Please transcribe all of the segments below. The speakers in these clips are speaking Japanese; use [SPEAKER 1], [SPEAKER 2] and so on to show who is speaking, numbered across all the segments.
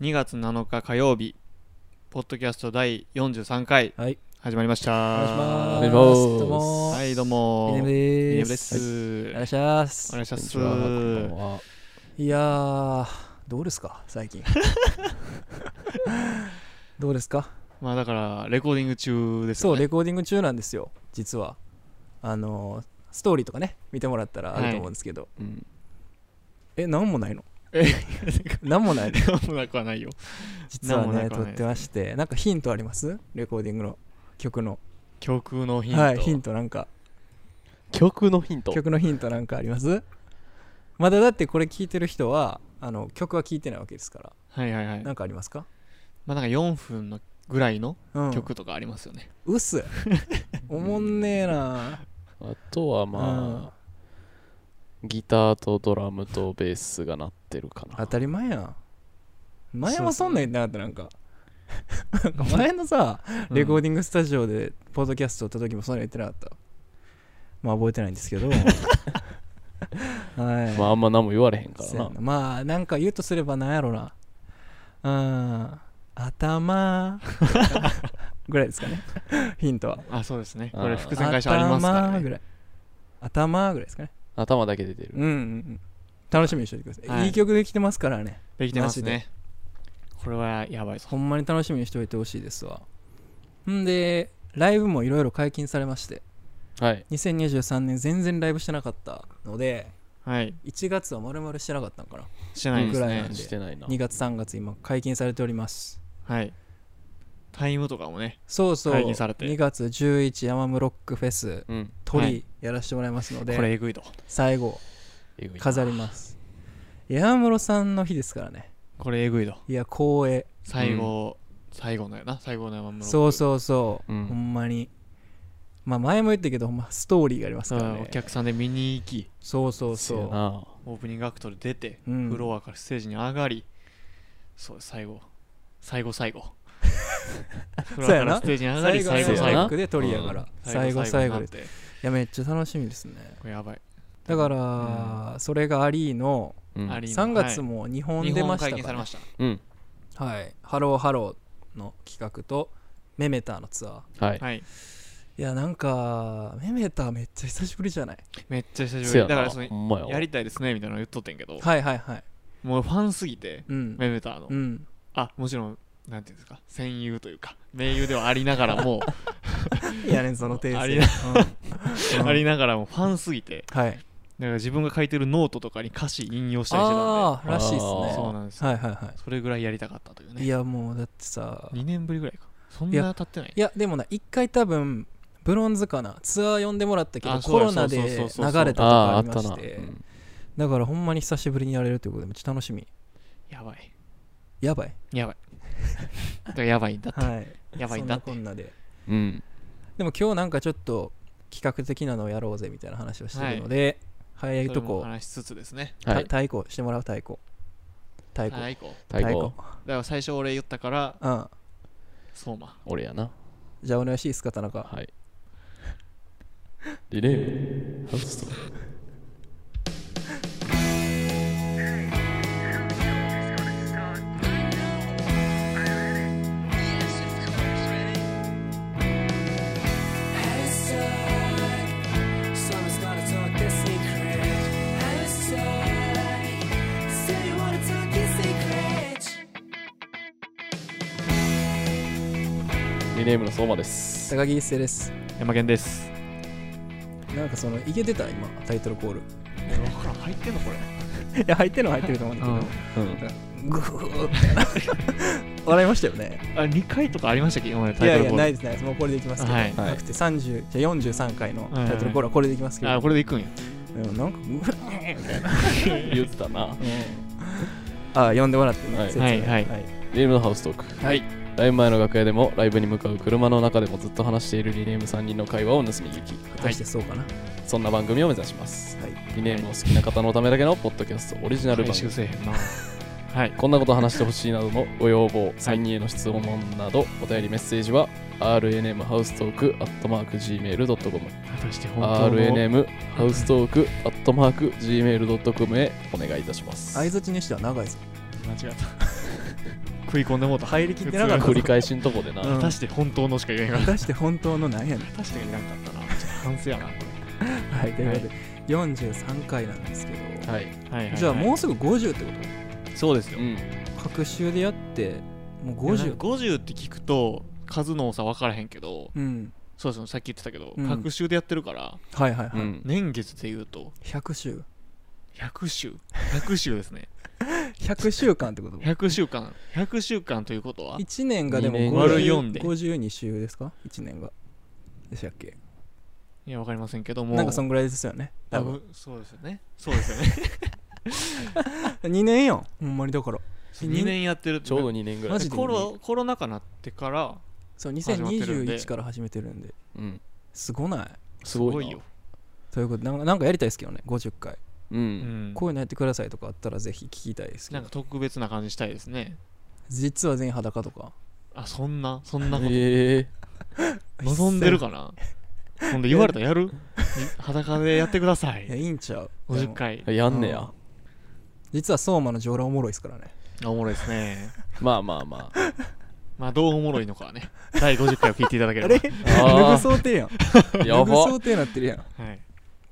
[SPEAKER 1] 2月7日火曜日ポッドキャスト第43回
[SPEAKER 2] はい
[SPEAKER 1] 始まりました、
[SPEAKER 2] お願いします。
[SPEAKER 3] 願いします
[SPEAKER 2] どうも。
[SPEAKER 1] はいどうも
[SPEAKER 2] イネム
[SPEAKER 1] イネ
[SPEAKER 2] で。
[SPEAKER 1] ムですす
[SPEAKER 2] お願いしま
[SPEAKER 1] お
[SPEAKER 2] す
[SPEAKER 1] 願。いします
[SPEAKER 3] こんばんはい
[SPEAKER 2] やー、どうですか、最近。 どうですか。
[SPEAKER 1] まあだからレコーディング中です
[SPEAKER 2] そ
[SPEAKER 1] よ
[SPEAKER 2] う、
[SPEAKER 1] ね
[SPEAKER 2] レコーディング中なんですよ、実は。あのー、ストーリーとかね、見てもらったらあると思うんですけど。
[SPEAKER 3] うん
[SPEAKER 2] え、なんもないの。
[SPEAKER 1] え
[SPEAKER 2] なんもないの。
[SPEAKER 1] そうもなくはないよ
[SPEAKER 2] 実は
[SPEAKER 1] なんもな
[SPEAKER 2] ね、
[SPEAKER 1] くは
[SPEAKER 2] 撮
[SPEAKER 1] ない
[SPEAKER 2] ってまして、なんかヒントあります。レコーディングの曲の。
[SPEAKER 1] 曲のヒント、
[SPEAKER 2] はい、ヒントなんか。
[SPEAKER 3] 曲のヒント
[SPEAKER 2] 曲のヒントなんかありますまだだってこれ聞いてる人はあの曲は聞いてないわけですから
[SPEAKER 1] はいはいはい
[SPEAKER 2] なんかありますか、
[SPEAKER 1] まあなんか4分のぐらいの
[SPEAKER 2] うん、
[SPEAKER 1] 曲とかありますよね、
[SPEAKER 2] うっすおもんねえ な
[SPEAKER 3] あとはまあ、ギターとドラムとベースが鳴ってるかな
[SPEAKER 2] 当たり前やん前もそんなん言ってなかったなんかなんか前のさレコー
[SPEAKER 1] デ
[SPEAKER 2] ディングスタジオでポッドキャストを撮った時もそんなん言ってなかったまあ覚えてないんですけ どはい
[SPEAKER 3] まああんま何も言われへんから
[SPEAKER 2] そうや
[SPEAKER 3] な
[SPEAKER 2] なまあなんか言うとすればなんやろなうん頭 ぐらいですかねヒントは
[SPEAKER 1] あそうですね
[SPEAKER 3] あー
[SPEAKER 1] これ伏線会社ありますから
[SPEAKER 2] 頭
[SPEAKER 1] ね
[SPEAKER 2] ぐらい頭ぐらいですかね
[SPEAKER 3] 頭だけ出て
[SPEAKER 2] うん
[SPEAKER 3] る
[SPEAKER 2] うんうん楽しみにしていてください、、
[SPEAKER 1] はいい
[SPEAKER 2] い曲できてますからね
[SPEAKER 1] できてますねこれはやばいぞ
[SPEAKER 2] ほんまに楽しみにしておいてほしいですわんでライブもいろいろ解禁されまして
[SPEAKER 3] はい
[SPEAKER 2] 2023年全然ライブしてなかったので
[SPEAKER 1] はい
[SPEAKER 2] 1月はまるまるしてなかったのかな
[SPEAKER 1] してないです
[SPEAKER 2] ぐらいな
[SPEAKER 1] ね
[SPEAKER 2] んで
[SPEAKER 3] してないな
[SPEAKER 2] 2月3月今解禁されております
[SPEAKER 1] はいタイムとかもね
[SPEAKER 2] そうそう
[SPEAKER 1] 解禁されて
[SPEAKER 2] 2月11ヤマムロックフェス
[SPEAKER 3] うん
[SPEAKER 1] は
[SPEAKER 2] 鳥
[SPEAKER 1] い
[SPEAKER 2] やらせてもらいますので、
[SPEAKER 1] これえぐいと
[SPEAKER 2] 最後
[SPEAKER 3] えぐいな
[SPEAKER 2] 飾ります山室さんの日ですからね
[SPEAKER 1] これえぐいと
[SPEAKER 2] いや光栄
[SPEAKER 1] 最後、最後のやな最後の山室
[SPEAKER 2] そうそうそう、
[SPEAKER 3] うん
[SPEAKER 2] ほんまにまあ前も言ったけどほんまストーリーがあります
[SPEAKER 1] う
[SPEAKER 2] から
[SPEAKER 1] んお
[SPEAKER 2] ね
[SPEAKER 1] 客さんで見に行き
[SPEAKER 2] そうそう
[SPEAKER 3] そ
[SPEAKER 2] そう
[SPEAKER 3] や
[SPEAKER 2] う
[SPEAKER 3] な
[SPEAKER 1] オープニングアクトで出て、
[SPEAKER 2] うん
[SPEAKER 1] フロアからステージに上がりそう最後最後最後 フロアからステージに上がり
[SPEAKER 2] 最後
[SPEAKER 1] 最後最
[SPEAKER 2] のロッ
[SPEAKER 3] やな
[SPEAKER 1] 後
[SPEAKER 2] クで鳥やから、
[SPEAKER 3] うん
[SPEAKER 2] 最後最後
[SPEAKER 1] にな
[SPEAKER 2] で
[SPEAKER 1] っ
[SPEAKER 2] すい
[SPEAKER 1] て
[SPEAKER 2] やめっちゃ楽しみですね
[SPEAKER 1] これやばい
[SPEAKER 2] だから、それがアリーの
[SPEAKER 3] うん
[SPEAKER 1] あり
[SPEAKER 2] 3月も日本
[SPEAKER 1] 日
[SPEAKER 2] 出
[SPEAKER 1] 本
[SPEAKER 2] ました
[SPEAKER 1] 解
[SPEAKER 2] から、
[SPEAKER 1] 禁されました
[SPEAKER 3] うん
[SPEAKER 2] はい「ハローハロー」の企画とメメターのツアー
[SPEAKER 3] はい
[SPEAKER 1] はい
[SPEAKER 2] いやなんかメメタめっちゃ久しぶりじゃない
[SPEAKER 1] めっちゃ久しぶ
[SPEAKER 3] せや
[SPEAKER 1] り
[SPEAKER 3] な
[SPEAKER 1] だからその
[SPEAKER 3] ほんまやわ
[SPEAKER 1] やりたいですねみたいなの言っとってんけど
[SPEAKER 2] はいはいはい
[SPEAKER 1] もうファンすぎて
[SPEAKER 2] うん
[SPEAKER 1] メメターの
[SPEAKER 2] うん
[SPEAKER 1] あもちろんなんていうんですか戦友というか盟友ではありながらも
[SPEAKER 2] いやねんその訂正
[SPEAKER 1] ありな
[SPEAKER 2] うん
[SPEAKER 1] ありながらもファンすぎて
[SPEAKER 2] はい
[SPEAKER 1] だから自分が書いてるノートとかに歌詞引用したりしてたん
[SPEAKER 2] ああらしいっすね
[SPEAKER 3] あ
[SPEAKER 1] で
[SPEAKER 3] ー
[SPEAKER 1] そう
[SPEAKER 2] は
[SPEAKER 1] なんです
[SPEAKER 2] いはいは
[SPEAKER 1] それぐらいやりたかったという
[SPEAKER 2] いい
[SPEAKER 1] ね
[SPEAKER 2] やもうだってさ
[SPEAKER 1] 2年ぶりぐらいかそん
[SPEAKER 2] いや
[SPEAKER 1] な経ってない
[SPEAKER 2] いやでもな一回多分ブロンズかなツアー呼んでもらったけど
[SPEAKER 1] あ
[SPEAKER 2] コ
[SPEAKER 1] そう
[SPEAKER 2] ロ
[SPEAKER 1] や
[SPEAKER 2] ナで流
[SPEAKER 1] そう
[SPEAKER 2] れ
[SPEAKER 1] そう
[SPEAKER 2] た
[SPEAKER 1] そうそう
[SPEAKER 2] とか
[SPEAKER 3] ああーあ
[SPEAKER 2] あ
[SPEAKER 3] っ
[SPEAKER 2] りま
[SPEAKER 3] たな
[SPEAKER 2] し
[SPEAKER 3] う
[SPEAKER 2] て
[SPEAKER 3] ん
[SPEAKER 2] だからほんまに久しぶりにやれるということでめっちゃ楽しみ
[SPEAKER 1] やばい
[SPEAKER 2] やばい
[SPEAKER 1] やばいだからやばいんだって
[SPEAKER 2] はい
[SPEAKER 1] やばい
[SPEAKER 2] そ
[SPEAKER 1] ん
[SPEAKER 2] ん
[SPEAKER 1] だ
[SPEAKER 2] な
[SPEAKER 1] って
[SPEAKER 2] こんなで
[SPEAKER 3] うん
[SPEAKER 2] でも今日なんかちょっと企画的なのをやろうぜみたいな話をしてるので、早いと
[SPEAKER 1] それも
[SPEAKER 2] こ、
[SPEAKER 1] 話しつつですね
[SPEAKER 3] はい
[SPEAKER 2] た太鼓してもらう太鼓太鼓、
[SPEAKER 1] はいこう
[SPEAKER 3] 太鼓
[SPEAKER 1] だから最初俺言ったから
[SPEAKER 2] うん
[SPEAKER 1] そうま
[SPEAKER 3] 俺やな
[SPEAKER 2] じゃあお願いしいですか田中
[SPEAKER 3] はいリレーハウストリネームの相馬です
[SPEAKER 2] 高木一生です
[SPEAKER 1] 山源です
[SPEAKER 2] なんかそのいけてた今タイトルコール
[SPEAKER 1] 分からん入ってんのこれ
[SPEAKER 2] いや入ってるのは入ってると思うんだけど、
[SPEAKER 3] うん
[SPEAKER 2] グーってな笑いましたよね
[SPEAKER 1] あ2回とかありましたっけ今まで
[SPEAKER 2] い
[SPEAKER 1] タイ
[SPEAKER 2] や
[SPEAKER 1] ト
[SPEAKER 2] い
[SPEAKER 1] ル
[SPEAKER 2] や
[SPEAKER 1] コ
[SPEAKER 2] な
[SPEAKER 1] ー
[SPEAKER 2] いですないですもうこれでいきますけど、
[SPEAKER 1] はい
[SPEAKER 3] はい
[SPEAKER 2] なくて30じゃあ43回のタイトルコールはこれでいきますけ
[SPEAKER 1] ル
[SPEAKER 2] ど、
[SPEAKER 1] あこれでいくんや
[SPEAKER 2] うんなんかグー
[SPEAKER 3] 言ってたな
[SPEAKER 2] あ呼んでもらってね、
[SPEAKER 3] はい
[SPEAKER 2] 説明
[SPEAKER 1] はいはい
[SPEAKER 3] リネームのハウストーク
[SPEAKER 1] はい
[SPEAKER 3] ライブ前の楽屋でもライブに向かう車の中でもずっと話しているリネーム3人の会話を盗み聞き
[SPEAKER 2] 果たしてそうかな、
[SPEAKER 3] そんな番組を目指します
[SPEAKER 2] はい
[SPEAKER 3] リネームを好きな方のためだけのポッドキャストオリジナル番
[SPEAKER 1] 回
[SPEAKER 3] 組
[SPEAKER 1] 収せえへんなはい
[SPEAKER 3] こんなこと話してほしいなどのご要望3人への質問などお便りメッセージは RNM ハウストークアットマーク Gmail.com
[SPEAKER 1] 果たして本当の
[SPEAKER 3] RNM ハウストークアットマーク Gmail.com へお願いいたします
[SPEAKER 2] 相づちにしては長いぞ
[SPEAKER 1] 間違った食い込んでもうた
[SPEAKER 2] 入りきってなかった
[SPEAKER 1] 普
[SPEAKER 3] 繰
[SPEAKER 1] 通
[SPEAKER 3] り返しんとこでな、
[SPEAKER 2] うん
[SPEAKER 1] 果たして本当のしか言えんから
[SPEAKER 2] 果たして本当のなんやね
[SPEAKER 1] 果たしていらんかったなちょっと反省やなこ
[SPEAKER 2] んはいということで、43回なんですけど、
[SPEAKER 3] はい、
[SPEAKER 1] れ、はいはいはい
[SPEAKER 2] じゃあもうすぐ50ってこ
[SPEAKER 1] そうですよ
[SPEAKER 3] うん、
[SPEAKER 2] と隔週でやってもう
[SPEAKER 1] 50
[SPEAKER 2] 50
[SPEAKER 1] って聞くと数の多さ分からへんけど
[SPEAKER 2] うん
[SPEAKER 1] そうそうさっき言ってたけど、
[SPEAKER 2] うん
[SPEAKER 1] 隔週でやってるから
[SPEAKER 2] はいはいは
[SPEAKER 3] う
[SPEAKER 2] い、
[SPEAKER 3] ん、
[SPEAKER 1] 年月で言うと
[SPEAKER 2] 100週
[SPEAKER 1] 100週100週ですね
[SPEAKER 2] 100週間ってこと
[SPEAKER 1] 100週間100週間ということは
[SPEAKER 2] 1年がでも
[SPEAKER 3] 二年
[SPEAKER 2] 50
[SPEAKER 1] 割る四で
[SPEAKER 2] 52週ですか1年がでしたっけ
[SPEAKER 1] いや分かりませんけども
[SPEAKER 2] なんかそんぐらいですよね多
[SPEAKER 1] 多
[SPEAKER 2] 分
[SPEAKER 1] 分そうですよねそうですよね
[SPEAKER 2] 2年よほんまにだから二
[SPEAKER 1] 2年やってる
[SPEAKER 3] ちょうど2年ぐら
[SPEAKER 2] マ
[SPEAKER 3] い
[SPEAKER 2] ジで
[SPEAKER 1] コロコロナ禍なってから
[SPEAKER 2] そう
[SPEAKER 1] 始まってるんで
[SPEAKER 2] 2021から始めてるんで
[SPEAKER 3] うん、
[SPEAKER 2] すごない
[SPEAKER 3] すごいな
[SPEAKER 1] よ、
[SPEAKER 2] ということでなんかなんかやりたいですけどね50回、
[SPEAKER 1] う
[SPEAKER 3] う
[SPEAKER 1] んん、
[SPEAKER 2] こういうのやってくださいとかあったらぜひ聞きたいですけ
[SPEAKER 1] なん
[SPEAKER 2] ど
[SPEAKER 1] か特別な感じしたいですね
[SPEAKER 2] 実は全員裸とか
[SPEAKER 1] あそんなそんなこと
[SPEAKER 3] ええ
[SPEAKER 1] 望んでるかなほんで言われたらや る裸でやってくださ
[SPEAKER 2] いや
[SPEAKER 1] い
[SPEAKER 2] いいんちゃうで
[SPEAKER 1] 50
[SPEAKER 2] も
[SPEAKER 1] 回
[SPEAKER 3] やんねや、
[SPEAKER 2] うん実は相馬の上羅おもろいですからね
[SPEAKER 1] あおもろいですね
[SPEAKER 3] まあまあま あ
[SPEAKER 1] まあどうおもろいのかはね第50回を聞いていただけ
[SPEAKER 2] あ
[SPEAKER 1] れば
[SPEAKER 2] れ脱ぐ
[SPEAKER 3] あ
[SPEAKER 2] 想定やん
[SPEAKER 3] あや
[SPEAKER 2] 脱ぐ
[SPEAKER 3] ば
[SPEAKER 2] 想定なってるやん
[SPEAKER 1] はい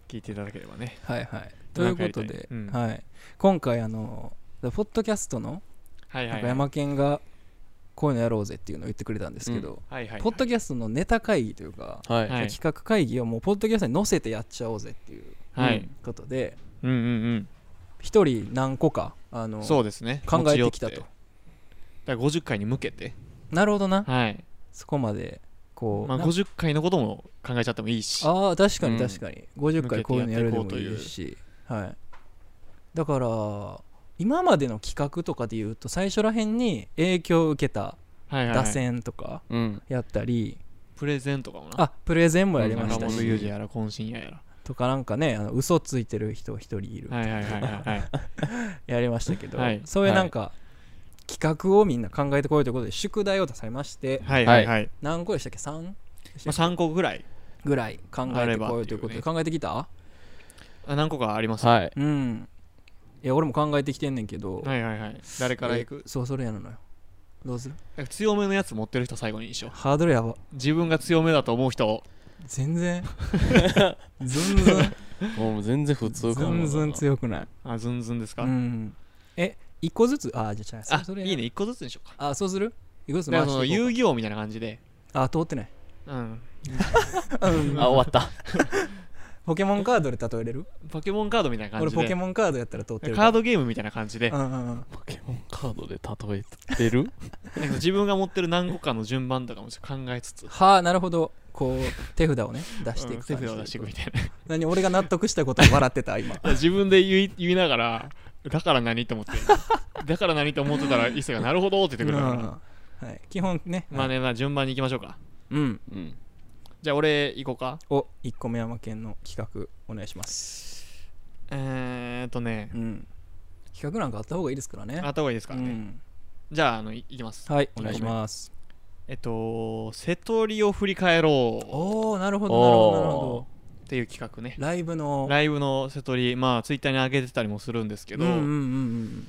[SPEAKER 1] 聞いていただければね
[SPEAKER 2] はいはいとい
[SPEAKER 1] な
[SPEAKER 2] う
[SPEAKER 1] か
[SPEAKER 2] んこ
[SPEAKER 1] やりた
[SPEAKER 2] と
[SPEAKER 1] い
[SPEAKER 2] で、
[SPEAKER 1] うん
[SPEAKER 2] はい、今回あのポッドキャストの
[SPEAKER 1] はい
[SPEAKER 2] な
[SPEAKER 1] はい
[SPEAKER 2] んか
[SPEAKER 1] はい
[SPEAKER 2] 山県がこういうのやろうぜっていうのを言ってくれたんですけど、
[SPEAKER 1] はいはい
[SPEAKER 2] ポッドキャストのネタ会議というか、
[SPEAKER 3] はい、
[SPEAKER 1] はい
[SPEAKER 2] 企画会議をもうポッドキャストに載せてやっちゃおうぜっていう
[SPEAKER 1] はい
[SPEAKER 2] ことで
[SPEAKER 1] うんうん
[SPEAKER 2] 一人何個かあ
[SPEAKER 1] う
[SPEAKER 2] の
[SPEAKER 1] んそうですね
[SPEAKER 2] 考えてきた
[SPEAKER 1] 持ち寄っ
[SPEAKER 2] と
[SPEAKER 1] てだから50回に向けて
[SPEAKER 2] なるほどな
[SPEAKER 1] はい
[SPEAKER 2] そこまでこう、
[SPEAKER 1] まあ
[SPEAKER 2] な
[SPEAKER 1] 50回のことも考えちゃってもいいし
[SPEAKER 2] あー確かに
[SPEAKER 3] うん
[SPEAKER 2] 確かに、50回こういうのやるでもいいですしはいだから今までの企画とかで言うと最初らへんに影響を受けた
[SPEAKER 1] はいはいは
[SPEAKER 2] 打
[SPEAKER 1] い
[SPEAKER 2] 線とか
[SPEAKER 3] うん
[SPEAKER 2] やったり、
[SPEAKER 1] プレゼンとかもな
[SPEAKER 2] あプレゼンもやりまし
[SPEAKER 1] 中
[SPEAKER 2] た
[SPEAKER 1] 本
[SPEAKER 2] し、
[SPEAKER 1] 裕二やら渾身ややら
[SPEAKER 2] とかなんかねあの嘘ついてる人一人いる、
[SPEAKER 1] はいはい はいはいはい
[SPEAKER 2] やりましたけど、
[SPEAKER 1] はい
[SPEAKER 2] そういうなんか、企画をみんな考えてこいということで宿題を出されまして
[SPEAKER 1] はい
[SPEAKER 3] は
[SPEAKER 1] はいいはい、
[SPEAKER 2] 何個でしたっけ 3?
[SPEAKER 1] まあ、3個ぐらい
[SPEAKER 2] ぐらい考
[SPEAKER 1] あ
[SPEAKER 2] え
[SPEAKER 1] れ
[SPEAKER 2] て
[SPEAKER 1] ば
[SPEAKER 2] こいということで
[SPEAKER 1] っていうね
[SPEAKER 2] 考えてきた
[SPEAKER 1] あ何個かあります、
[SPEAKER 3] はい
[SPEAKER 2] うんいや俺も考えてきてんねんけど、
[SPEAKER 1] はいはいはい誰から行く
[SPEAKER 2] えそうそれやなのよどうする
[SPEAKER 1] なんか強めのやつ持ってる人最後に一緒
[SPEAKER 2] ハードルやば
[SPEAKER 1] 自分が強めだと思う人
[SPEAKER 2] 全然全然
[SPEAKER 3] もう全然普通
[SPEAKER 2] 全
[SPEAKER 3] 感
[SPEAKER 2] 然強くない
[SPEAKER 1] あズンズンですか、
[SPEAKER 2] うんえ一個ずつあじゃあじゃ
[SPEAKER 1] あ
[SPEAKER 2] あそれ
[SPEAKER 1] いいね1個ずつにしようか
[SPEAKER 2] あそうする一個ずつ
[SPEAKER 1] だから
[SPEAKER 2] 回
[SPEAKER 1] そ
[SPEAKER 2] し
[SPEAKER 1] の
[SPEAKER 2] ていこ
[SPEAKER 1] 遊
[SPEAKER 2] う
[SPEAKER 1] 戯王みたいな感じで
[SPEAKER 2] かあ通ってない
[SPEAKER 1] うん
[SPEAKER 2] うん
[SPEAKER 3] あ終わった
[SPEAKER 2] ポケモンカードで例えれる
[SPEAKER 1] ポケモンカードみたいな感
[SPEAKER 2] 俺
[SPEAKER 1] じ
[SPEAKER 2] ポケ
[SPEAKER 1] で
[SPEAKER 2] モンカードやったら通ってる
[SPEAKER 1] カードゲームみたいな感じで
[SPEAKER 2] ドうんうんうん
[SPEAKER 3] ポケモンカードで例えてる
[SPEAKER 1] なんか自分が持ってる何個かの順番とかもちょっと考えつつ
[SPEAKER 2] はあなるほどこう手札をね出してい
[SPEAKER 1] うん
[SPEAKER 2] く
[SPEAKER 1] 手
[SPEAKER 2] 感じ
[SPEAKER 1] 札を出していくみたいな
[SPEAKER 2] 何俺が納得したことを笑ってた今
[SPEAKER 1] 自分で言い言いながらだから何と思ってだから何と思ってたら伊勢がなるほどって言ってくるから、
[SPEAKER 2] うんはい基本ね
[SPEAKER 1] まあね、まあ、順番に行きましょうか
[SPEAKER 2] うん
[SPEAKER 3] うん
[SPEAKER 1] じゃあ俺行こうか
[SPEAKER 2] お一個目山県の企画お願いします
[SPEAKER 1] えーっとね
[SPEAKER 2] うん企画なんかあった方がいいですからね
[SPEAKER 1] あった方がいいですから
[SPEAKER 2] う
[SPEAKER 1] ね、
[SPEAKER 2] ん
[SPEAKER 1] じゃああのいいきます
[SPEAKER 2] はいお願いします
[SPEAKER 1] えっと瀬戸利を振り返ろ
[SPEAKER 2] おおなるほどなるほ
[SPEAKER 3] おー
[SPEAKER 2] どなるほど
[SPEAKER 1] うっていう企画ね
[SPEAKER 2] ライブのイ
[SPEAKER 1] ライブの瀬戸利まあツイッターに上げてたりもするんですけど、
[SPEAKER 2] うんうんうん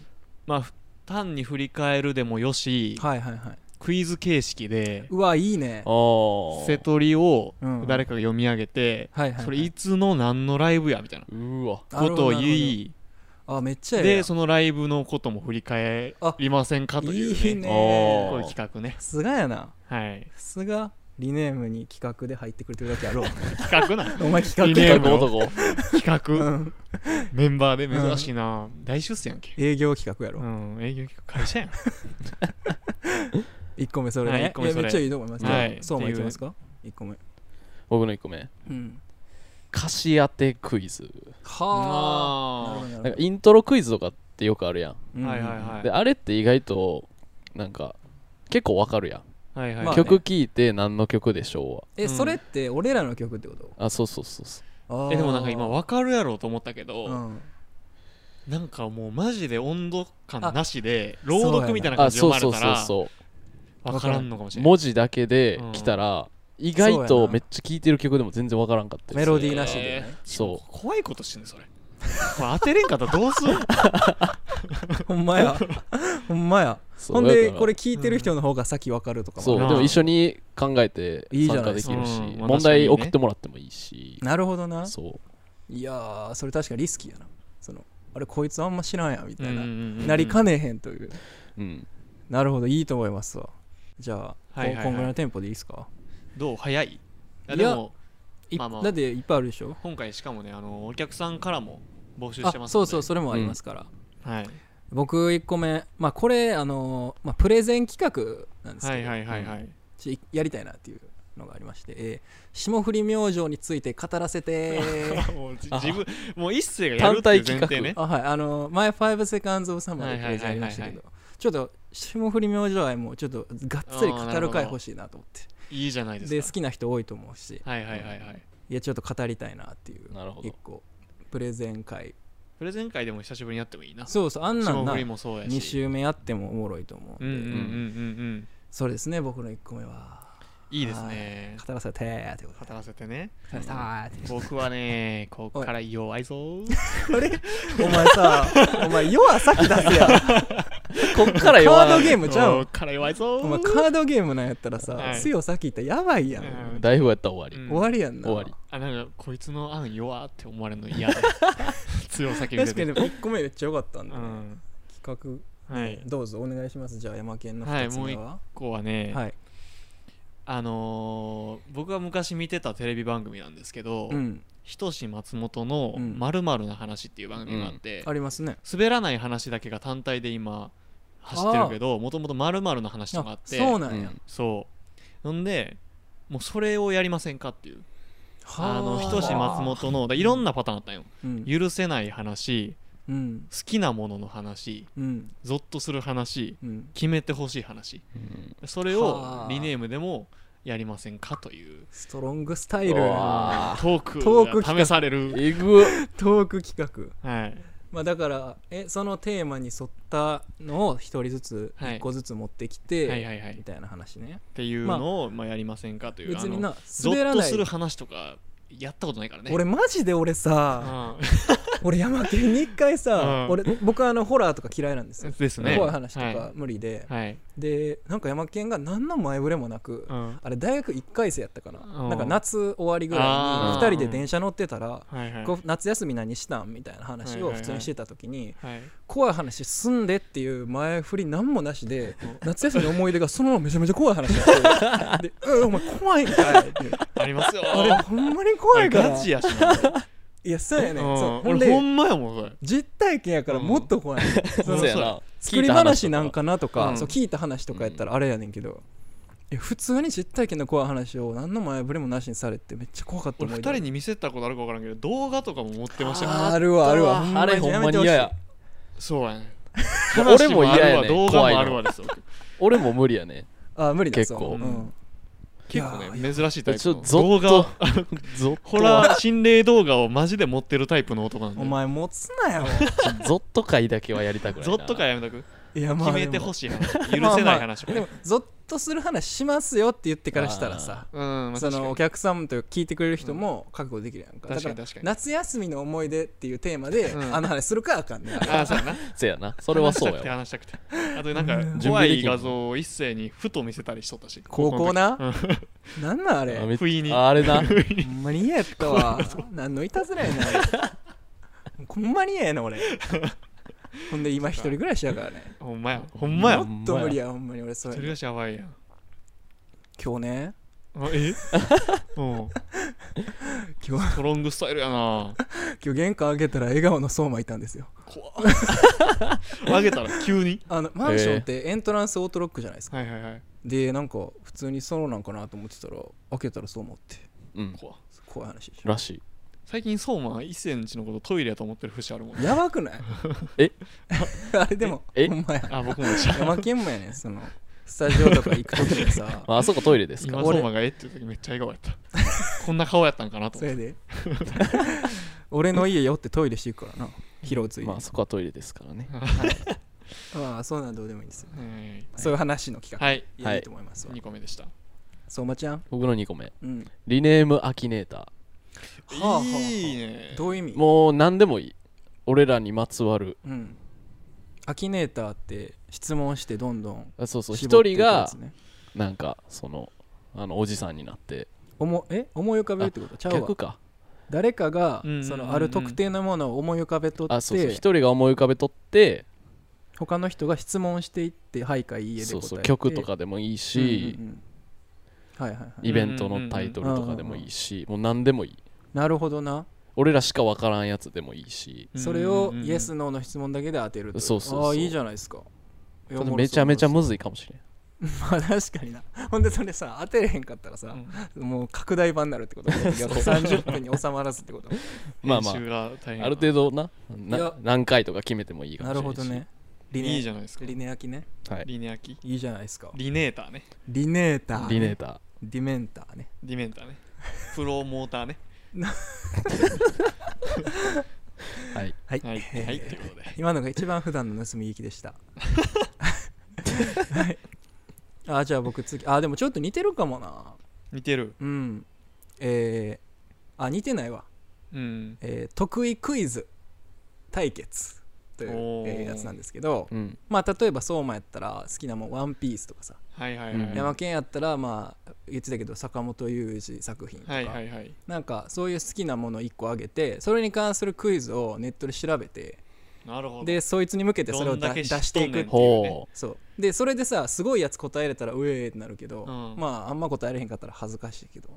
[SPEAKER 1] まあふ単に振り返るでもよし
[SPEAKER 2] うんはいはいはい
[SPEAKER 1] クイズ形式で
[SPEAKER 2] うわいいね
[SPEAKER 3] お
[SPEAKER 1] 瀬戸利を
[SPEAKER 2] うん
[SPEAKER 1] 誰かが読み上げて、
[SPEAKER 2] はいはいはい
[SPEAKER 1] それいつの何のライブやみたいな
[SPEAKER 3] うわ
[SPEAKER 1] ことを言
[SPEAKER 2] い
[SPEAKER 1] い
[SPEAKER 2] あめっちゃええや
[SPEAKER 1] で
[SPEAKER 2] ん
[SPEAKER 1] そのライブのことも振り返りませんかというね
[SPEAKER 2] いいね
[SPEAKER 1] こう
[SPEAKER 3] お
[SPEAKER 1] いう企画ね
[SPEAKER 2] さすがやな
[SPEAKER 1] はい
[SPEAKER 2] さすがリネームに企画で入ってくれてるだけや ろう
[SPEAKER 1] 企画なの
[SPEAKER 2] お前企
[SPEAKER 1] リネ
[SPEAKER 2] 画
[SPEAKER 1] ー
[SPEAKER 2] や
[SPEAKER 1] ム
[SPEAKER 2] ろ
[SPEAKER 3] 企画男
[SPEAKER 1] 企画、
[SPEAKER 2] うん
[SPEAKER 1] メンバーで珍しいな、大出世やんけ
[SPEAKER 2] 営業企画や
[SPEAKER 1] う
[SPEAKER 2] ろ
[SPEAKER 1] ん営業企画会社やん
[SPEAKER 2] 1個目それね
[SPEAKER 1] はい一個目
[SPEAKER 2] いや
[SPEAKER 1] それ
[SPEAKER 2] めっちゃいいと思います
[SPEAKER 1] は
[SPEAKER 2] ね
[SPEAKER 1] い
[SPEAKER 2] そうまいきますか1個目
[SPEAKER 3] 僕の1個目
[SPEAKER 2] うん
[SPEAKER 3] 歌詞当てクイズ
[SPEAKER 2] はあなるほどな
[SPEAKER 3] なん
[SPEAKER 2] る
[SPEAKER 3] かイントロクイズとかってよくあるやん
[SPEAKER 2] ほど
[SPEAKER 1] はいはい
[SPEAKER 2] うん
[SPEAKER 3] で
[SPEAKER 1] は
[SPEAKER 3] あれって意外となんか結構わかるやん、
[SPEAKER 1] いはいはい、
[SPEAKER 2] まあね
[SPEAKER 3] 曲聴いて何の曲でしょ
[SPEAKER 2] えそれって俺らの曲ってこと
[SPEAKER 3] うはあそうそうそうそう
[SPEAKER 2] あー
[SPEAKER 1] えでもなんか今分かるやろうと思ったけど、
[SPEAKER 2] うん
[SPEAKER 1] なんかもうマジで温度
[SPEAKER 2] あ
[SPEAKER 1] 感なしで朗読みたいな感
[SPEAKER 3] あ
[SPEAKER 1] じで
[SPEAKER 3] そう
[SPEAKER 1] 読
[SPEAKER 3] そう
[SPEAKER 1] まれた
[SPEAKER 3] そう
[SPEAKER 1] ら分
[SPEAKER 3] そ
[SPEAKER 1] からんのかもし
[SPEAKER 3] う
[SPEAKER 1] れない
[SPEAKER 3] 文字だけで来たら意外
[SPEAKER 2] そうや
[SPEAKER 3] と
[SPEAKER 2] な
[SPEAKER 3] めっちゃ聴いてる曲でも全然わからんかったりす
[SPEAKER 2] メ
[SPEAKER 3] る
[SPEAKER 2] ロディーなしでね
[SPEAKER 3] そう
[SPEAKER 1] 怖いことしてんねそれこれ当てれんかったらどうすんの
[SPEAKER 2] ほんまやほんまや
[SPEAKER 3] そう
[SPEAKER 2] ほん
[SPEAKER 3] だ
[SPEAKER 2] で
[SPEAKER 3] から
[SPEAKER 2] これ聞いてる人の方が先わかるとかもある
[SPEAKER 3] そうで
[SPEAKER 1] な
[SPEAKER 3] も一緒に考えて
[SPEAKER 2] いいじゃな
[SPEAKER 3] 参
[SPEAKER 2] い
[SPEAKER 3] 加
[SPEAKER 2] で
[SPEAKER 3] ですき
[SPEAKER 1] か
[SPEAKER 3] るし
[SPEAKER 1] うんまあ確
[SPEAKER 3] 問
[SPEAKER 1] かに
[SPEAKER 3] 題
[SPEAKER 1] ね
[SPEAKER 3] 送ってもらってもいいし
[SPEAKER 2] なるほどな
[SPEAKER 3] そ
[SPEAKER 2] いやーそれ確かリスキーやなそのあれこいつあんま知らんやみたいな、な
[SPEAKER 1] な
[SPEAKER 2] りかねへんという
[SPEAKER 3] ううん
[SPEAKER 2] なるほどいいと思いますわじゃあ、
[SPEAKER 1] はいはいはい
[SPEAKER 2] こんぐらいのテンポでいいですか
[SPEAKER 1] どう早いいや
[SPEAKER 2] い
[SPEAKER 1] で
[SPEAKER 2] や
[SPEAKER 1] も
[SPEAKER 2] い
[SPEAKER 1] まあまあ
[SPEAKER 2] だっていっぱいあるでしょ
[SPEAKER 1] 今回しかもねあのお客さんからも募集して
[SPEAKER 2] あ
[SPEAKER 1] ます
[SPEAKER 2] そうそう
[SPEAKER 1] う
[SPEAKER 2] それもありますから、
[SPEAKER 1] はい
[SPEAKER 2] 僕1個目まあこれあのーまあ、プレゼン企画なんです
[SPEAKER 1] は
[SPEAKER 2] け
[SPEAKER 1] い
[SPEAKER 2] ど、
[SPEAKER 1] はいはいは
[SPEAKER 2] うん
[SPEAKER 1] い
[SPEAKER 2] ちょいやりたいなっていうのがありまして、えー霜降り明星について語らせて
[SPEAKER 1] もうじ
[SPEAKER 3] あ
[SPEAKER 1] 自分もう一世がやるっていう前提ね
[SPEAKER 2] あはいあの前5セカンズ・オブ・サマーでプレゼンありましたけ
[SPEAKER 1] はい
[SPEAKER 2] ど
[SPEAKER 1] は
[SPEAKER 2] ちょっと霜降り明星愛もちょっとがっつり語る回欲しいなと思っ
[SPEAKER 1] いいじゃない
[SPEAKER 2] て
[SPEAKER 1] ですか
[SPEAKER 2] で好きな人多いと思うし
[SPEAKER 1] はいはいはいはい
[SPEAKER 2] いやちょっと語りたいなっていう
[SPEAKER 3] なるほど
[SPEAKER 2] 一個プレゼン会
[SPEAKER 1] プレゼン会でも久しぶりにやってもいいな
[SPEAKER 2] そうそうあんなん
[SPEAKER 1] 霜
[SPEAKER 2] な
[SPEAKER 1] 降りもそうや
[SPEAKER 2] 2
[SPEAKER 1] し
[SPEAKER 2] 週目やってもおもろいと思う
[SPEAKER 1] うんん
[SPEAKER 2] で、
[SPEAKER 1] うんうんうんうん
[SPEAKER 2] そうですね僕の1個目は
[SPEAKER 1] うんいいですね
[SPEAKER 2] 語らせてーってことで
[SPEAKER 1] 語らせてね
[SPEAKER 2] 語らせてーって
[SPEAKER 1] 僕はね こっから弱いぞ
[SPEAKER 2] お前さお前弱さっき出せや
[SPEAKER 3] こっから弱
[SPEAKER 2] カードゲームちゃう
[SPEAKER 1] こっから弱いぞ
[SPEAKER 2] お前カードゲームなんやったらさ、
[SPEAKER 1] はい
[SPEAKER 2] 強さっき言ったらやばいやん、
[SPEAKER 1] うん
[SPEAKER 3] 台風やったら終わ
[SPEAKER 1] うん
[SPEAKER 3] り
[SPEAKER 2] 終わりやんな
[SPEAKER 3] 終わり
[SPEAKER 1] あなんかこいつの案弱って思われるの 嫌だ強さ気味
[SPEAKER 2] 確かに1個目めっちゃ良かったん
[SPEAKER 1] う
[SPEAKER 2] だ、ね
[SPEAKER 1] ん
[SPEAKER 2] 企画、
[SPEAKER 1] はい
[SPEAKER 2] どうぞお願いしますじゃあ山県の
[SPEAKER 1] は
[SPEAKER 2] 2
[SPEAKER 1] い
[SPEAKER 2] つ目は、は
[SPEAKER 1] こうはいね、あのー僕が昔見てたテレビ番組なんですけど、
[SPEAKER 2] うん、
[SPEAKER 1] ひとし松本の「
[SPEAKER 2] うん
[SPEAKER 1] まるな話」っていう番組があって、
[SPEAKER 2] ありますね
[SPEAKER 1] 滑らない話だけが単体で今走ってるけどもともとまるの話とかあ
[SPEAKER 2] あ
[SPEAKER 1] って
[SPEAKER 2] そう
[SPEAKER 1] な
[SPEAKER 2] なんや、
[SPEAKER 3] うん
[SPEAKER 1] そうなんでもうそれをやりませんかっていう
[SPEAKER 2] は
[SPEAKER 1] あのひとし松本のだいろんなパターンあったんよ
[SPEAKER 2] うん
[SPEAKER 1] 許せない話
[SPEAKER 2] うん
[SPEAKER 1] 好きなものの話
[SPEAKER 2] うん
[SPEAKER 1] ゾッとする話
[SPEAKER 2] うん
[SPEAKER 1] 決めてほしい話
[SPEAKER 3] うん
[SPEAKER 1] それ
[SPEAKER 2] は
[SPEAKER 1] を
[SPEAKER 2] あ
[SPEAKER 1] リネームでもやりませんかという
[SPEAKER 2] ストロングスタイル
[SPEAKER 3] うわあ
[SPEAKER 1] トーク
[SPEAKER 2] トーク企
[SPEAKER 1] が
[SPEAKER 2] 画
[SPEAKER 1] 試される
[SPEAKER 3] えぐっ
[SPEAKER 2] トーク企画
[SPEAKER 1] はい
[SPEAKER 2] まあだからえそのテーマに沿ったのを一人ずつ
[SPEAKER 1] はい
[SPEAKER 2] 一個ずつ持ってき
[SPEAKER 1] はい
[SPEAKER 2] て
[SPEAKER 1] はいはいっ
[SPEAKER 2] みたいな話ね
[SPEAKER 1] ていうのをまあやりませんかという
[SPEAKER 2] 別に
[SPEAKER 1] あの
[SPEAKER 2] な
[SPEAKER 1] ゾ
[SPEAKER 2] 滑
[SPEAKER 1] ッ
[SPEAKER 2] ら
[SPEAKER 1] と
[SPEAKER 2] ない
[SPEAKER 1] する話とかやったことないからね
[SPEAKER 2] 俺マジで俺さ俺山県に一回さ
[SPEAKER 1] うん
[SPEAKER 2] 俺僕あのホラーとか嫌いなんです
[SPEAKER 1] う
[SPEAKER 2] よ
[SPEAKER 1] んですね
[SPEAKER 2] 怖い話と
[SPEAKER 1] は
[SPEAKER 2] か無理で
[SPEAKER 1] いはい
[SPEAKER 2] でなんか山県が何の前触れもなく
[SPEAKER 1] うん
[SPEAKER 2] あれ大学1回生やったかな
[SPEAKER 1] うん
[SPEAKER 2] なんか夏終わりぐら
[SPEAKER 1] あー
[SPEAKER 2] いに2人で電車乗ってたら
[SPEAKER 1] はいはい
[SPEAKER 2] こう夏休み何したんみたいな話
[SPEAKER 1] はいはい
[SPEAKER 2] を
[SPEAKER 1] はい
[SPEAKER 2] 普通にしてた時に
[SPEAKER 1] はい
[SPEAKER 2] 怖い話すんでっていう前振り何もなしで夏休みの思い出がそのままめちゃめちゃ怖い話だってで「うんお前怖いんかい」って
[SPEAKER 1] ありますよ
[SPEAKER 2] あれほんまに怖いから
[SPEAKER 1] ガチ
[SPEAKER 2] い
[SPEAKER 1] やしな
[SPEAKER 2] やそうやねんそう
[SPEAKER 1] うん俺
[SPEAKER 2] ほん
[SPEAKER 1] ほ
[SPEAKER 2] で
[SPEAKER 1] んまやもんそれ
[SPEAKER 2] 実体験やからもっと怖いねんその
[SPEAKER 3] そうやな
[SPEAKER 2] 作り話なんかなと
[SPEAKER 1] う
[SPEAKER 2] か
[SPEAKER 1] ん
[SPEAKER 2] そう聞いた話とかやったらあれやねんけどえ普通に実体験の怖い話を何の前触れもなしにされてめっちゃ怖かった
[SPEAKER 1] 俺
[SPEAKER 2] 思
[SPEAKER 1] 二
[SPEAKER 2] い出
[SPEAKER 1] 人に見せたことあるか分からんけど動画とかも持ってましたから
[SPEAKER 2] あーあるわあるわ
[SPEAKER 3] あれほんまに嫌や
[SPEAKER 1] そうやね
[SPEAKER 3] 俺も
[SPEAKER 1] 話も
[SPEAKER 3] 嫌やね
[SPEAKER 1] あるわ動画
[SPEAKER 3] 怖い
[SPEAKER 1] もあるわ
[SPEAKER 3] の
[SPEAKER 1] ですよ
[SPEAKER 3] 俺も無理やね
[SPEAKER 2] あ無理だ
[SPEAKER 3] 結構
[SPEAKER 2] そううん
[SPEAKER 1] 結構
[SPEAKER 2] いや
[SPEAKER 1] ね珍しいタイ
[SPEAKER 3] ち
[SPEAKER 1] プ
[SPEAKER 3] ょっと
[SPEAKER 1] の
[SPEAKER 3] ゾ
[SPEAKER 1] 動
[SPEAKER 3] ッ
[SPEAKER 1] 画を
[SPEAKER 3] とゾッ
[SPEAKER 1] ホ
[SPEAKER 3] とは
[SPEAKER 1] ラー心霊動画をマジで持ってるタイプの男なんで
[SPEAKER 2] お前持つなよ
[SPEAKER 3] ゾッと回だけはやりたくない
[SPEAKER 1] ゾ
[SPEAKER 3] な
[SPEAKER 1] ッとかやめとく
[SPEAKER 2] いやまあ
[SPEAKER 1] 決めてほしい話許せない話とか
[SPEAKER 2] でも
[SPEAKER 1] ね
[SPEAKER 2] まあまあでもゾッとする話しますよって言ってからしたらさ
[SPEAKER 1] うんまあ
[SPEAKER 2] そ
[SPEAKER 1] 確か
[SPEAKER 2] のお
[SPEAKER 1] に
[SPEAKER 2] 客さんというか聞いてくれる人も覚悟できるやんか,、
[SPEAKER 1] 確かに
[SPEAKER 2] だ
[SPEAKER 1] 確か
[SPEAKER 2] か
[SPEAKER 1] らに
[SPEAKER 2] 夏休みの思い出っていうテーマで、
[SPEAKER 1] うん
[SPEAKER 2] あの話するかあかんね ん
[SPEAKER 1] ああそうやな
[SPEAKER 3] せやなそれはそうやわ
[SPEAKER 1] 話したくて話したくてあとなんか
[SPEAKER 2] うん
[SPEAKER 1] 怖い画像を一斉にふと見せたりしとったし
[SPEAKER 2] 高校
[SPEAKER 1] の時
[SPEAKER 2] ななんなんあれ
[SPEAKER 3] あめっ
[SPEAKER 1] 不意に
[SPEAKER 3] ああ れな
[SPEAKER 2] ほんまに嫌やった わ何のいたずらやねんあれ ほんまに嫌やな 俺ほんで今一人暮らしやからね
[SPEAKER 1] ほんまやほんまや
[SPEAKER 3] ほ
[SPEAKER 1] 一
[SPEAKER 2] も
[SPEAKER 3] ん
[SPEAKER 2] っ
[SPEAKER 3] ま
[SPEAKER 2] と
[SPEAKER 3] や
[SPEAKER 2] 無理やほんまに俺そう
[SPEAKER 1] 人
[SPEAKER 2] や
[SPEAKER 1] 暮
[SPEAKER 2] ね
[SPEAKER 1] らしやばいやん
[SPEAKER 2] 今日ね
[SPEAKER 1] あ えうん
[SPEAKER 2] 今日
[SPEAKER 1] トロングスタイルやな
[SPEAKER 2] 今日玄関開けたら笑顔の相馬いたんですよ
[SPEAKER 1] 怖っあげたら急に
[SPEAKER 2] あのマンションってエントランスオートロックじゃないですか、
[SPEAKER 1] はいはいはい
[SPEAKER 2] でなんか普通にそうなんかなと思ってたら開けたらそう思って
[SPEAKER 3] うん
[SPEAKER 1] 怖っ
[SPEAKER 2] 怖い話でしょ
[SPEAKER 3] らしい
[SPEAKER 1] 最近相馬は一世のうちのことトイレやと思ってる節あるもん
[SPEAKER 2] やばくない
[SPEAKER 3] え
[SPEAKER 2] あれでも
[SPEAKER 3] え
[SPEAKER 2] ほんまや
[SPEAKER 1] あ僕もでした
[SPEAKER 2] ヤマケンもやねんそのスタジオとか行く時に さ
[SPEAKER 3] まああそこトイレですか
[SPEAKER 1] 今相馬がえっていう時めっちゃ笑顔やったこんな顔やったんかなと
[SPEAKER 2] そ
[SPEAKER 1] 思っ
[SPEAKER 2] れで 俺の家寄ってトイレしていくからな拾うついで
[SPEAKER 3] まあそこはトイレですからね
[SPEAKER 2] まあそうなんどうでもいいんですよ
[SPEAKER 1] てはい
[SPEAKER 2] そういう話の企画、
[SPEAKER 1] はい
[SPEAKER 2] い
[SPEAKER 3] は
[SPEAKER 2] や、
[SPEAKER 3] い
[SPEAKER 2] いいと思いますわ
[SPEAKER 1] 2個目でした
[SPEAKER 2] 相馬ちゃん
[SPEAKER 3] 僕の2個目
[SPEAKER 2] うん
[SPEAKER 3] リネームアキネータ
[SPEAKER 2] はあはあはあ
[SPEAKER 1] いいね
[SPEAKER 2] どういう意味
[SPEAKER 3] ーもう何でもいい俺らにまつわる
[SPEAKER 2] うんアキネーターって質問してどんどん
[SPEAKER 3] あそうそう
[SPEAKER 2] 絞
[SPEAKER 3] 一
[SPEAKER 2] ってい
[SPEAKER 3] 人
[SPEAKER 2] くや
[SPEAKER 3] が
[SPEAKER 2] つね
[SPEAKER 3] なんかそのあのおじさんになって
[SPEAKER 2] おもえ思い浮かべるってことちゃうわ
[SPEAKER 3] 逆か
[SPEAKER 2] 誰かが
[SPEAKER 1] うんうんうんうん
[SPEAKER 2] そのある特定のものを思い浮かべと
[SPEAKER 3] あ
[SPEAKER 2] っ
[SPEAKER 3] そうそう
[SPEAKER 2] て
[SPEAKER 3] 一人が思い浮かべとって
[SPEAKER 2] 他の人が質問していって「はい」か「いいえ」で
[SPEAKER 3] そ
[SPEAKER 2] 答え
[SPEAKER 3] う
[SPEAKER 2] て
[SPEAKER 3] そう曲とかでもいいし、
[SPEAKER 2] うんうんうんはいはいはい
[SPEAKER 3] イベントのタイトルとかでもいいし、もう何でもいい
[SPEAKER 2] なるほどな
[SPEAKER 3] 俺らしか分からんやつでもいいし、
[SPEAKER 2] それをイエス・ノーの質問だけで当てるとい
[SPEAKER 3] そうそうそう
[SPEAKER 2] ああいいじゃないですかいやおもろそう
[SPEAKER 3] めちゃめちゃむずいかもしれん
[SPEAKER 2] まあ確かになほんでそれさ当てれへんかったらさ、もう拡大版になるってこと30分に収まらずって こと
[SPEAKER 3] まあまあ
[SPEAKER 1] あ
[SPEAKER 3] ある程度ないな
[SPEAKER 2] や
[SPEAKER 3] 何回とか決めてもいいかも
[SPEAKER 2] な
[SPEAKER 3] しれ
[SPEAKER 2] る
[SPEAKER 3] な
[SPEAKER 2] ほ
[SPEAKER 3] いし
[SPEAKER 2] どねリネ
[SPEAKER 1] いいじゃないですか
[SPEAKER 2] リネアキね
[SPEAKER 3] はい、
[SPEAKER 1] リネアキ
[SPEAKER 2] いいじゃないですか
[SPEAKER 1] リネーターね
[SPEAKER 2] リネーター
[SPEAKER 3] リネータ
[SPEAKER 2] ディメンターね
[SPEAKER 1] ディメンタ ーねプロモーターね
[SPEAKER 3] ーはい
[SPEAKER 2] はい、
[SPEAKER 1] はい
[SPEAKER 2] えー
[SPEAKER 1] はいということで
[SPEAKER 2] 今のが一番普段の盗み聞きで した、はい、あじゃあ僕次あでもちょっと似てるかもな
[SPEAKER 1] 似てる
[SPEAKER 2] うんえー、あ似てないわ、
[SPEAKER 1] うん
[SPEAKER 2] えー得意クイズ対決という、
[SPEAKER 1] おー
[SPEAKER 2] えーやつなんですけど
[SPEAKER 3] うん
[SPEAKER 2] まあ例えば相馬やったら好きなもん「ワンピースとかさ、
[SPEAKER 1] はいはい
[SPEAKER 3] うん
[SPEAKER 1] は
[SPEAKER 2] 山県やったらまあ言ってたけど坂本雄二作品と
[SPEAKER 1] い
[SPEAKER 2] か、
[SPEAKER 1] はいはいはい
[SPEAKER 2] なんかそういう好きなもの1個あげてそれに関するクイズをネットで調べて
[SPEAKER 1] なるほど
[SPEAKER 2] でそいつに向けてそれを
[SPEAKER 1] どんだ
[SPEAKER 2] だ
[SPEAKER 1] け
[SPEAKER 2] 出
[SPEAKER 1] 知っとんねん
[SPEAKER 2] して
[SPEAKER 1] ね
[SPEAKER 2] いく
[SPEAKER 3] ほ
[SPEAKER 2] そうでそれでさすごいやつ答えれたらうえーってなるけど、
[SPEAKER 1] うん
[SPEAKER 2] まああんま答えれへんかったら恥ずかしいけど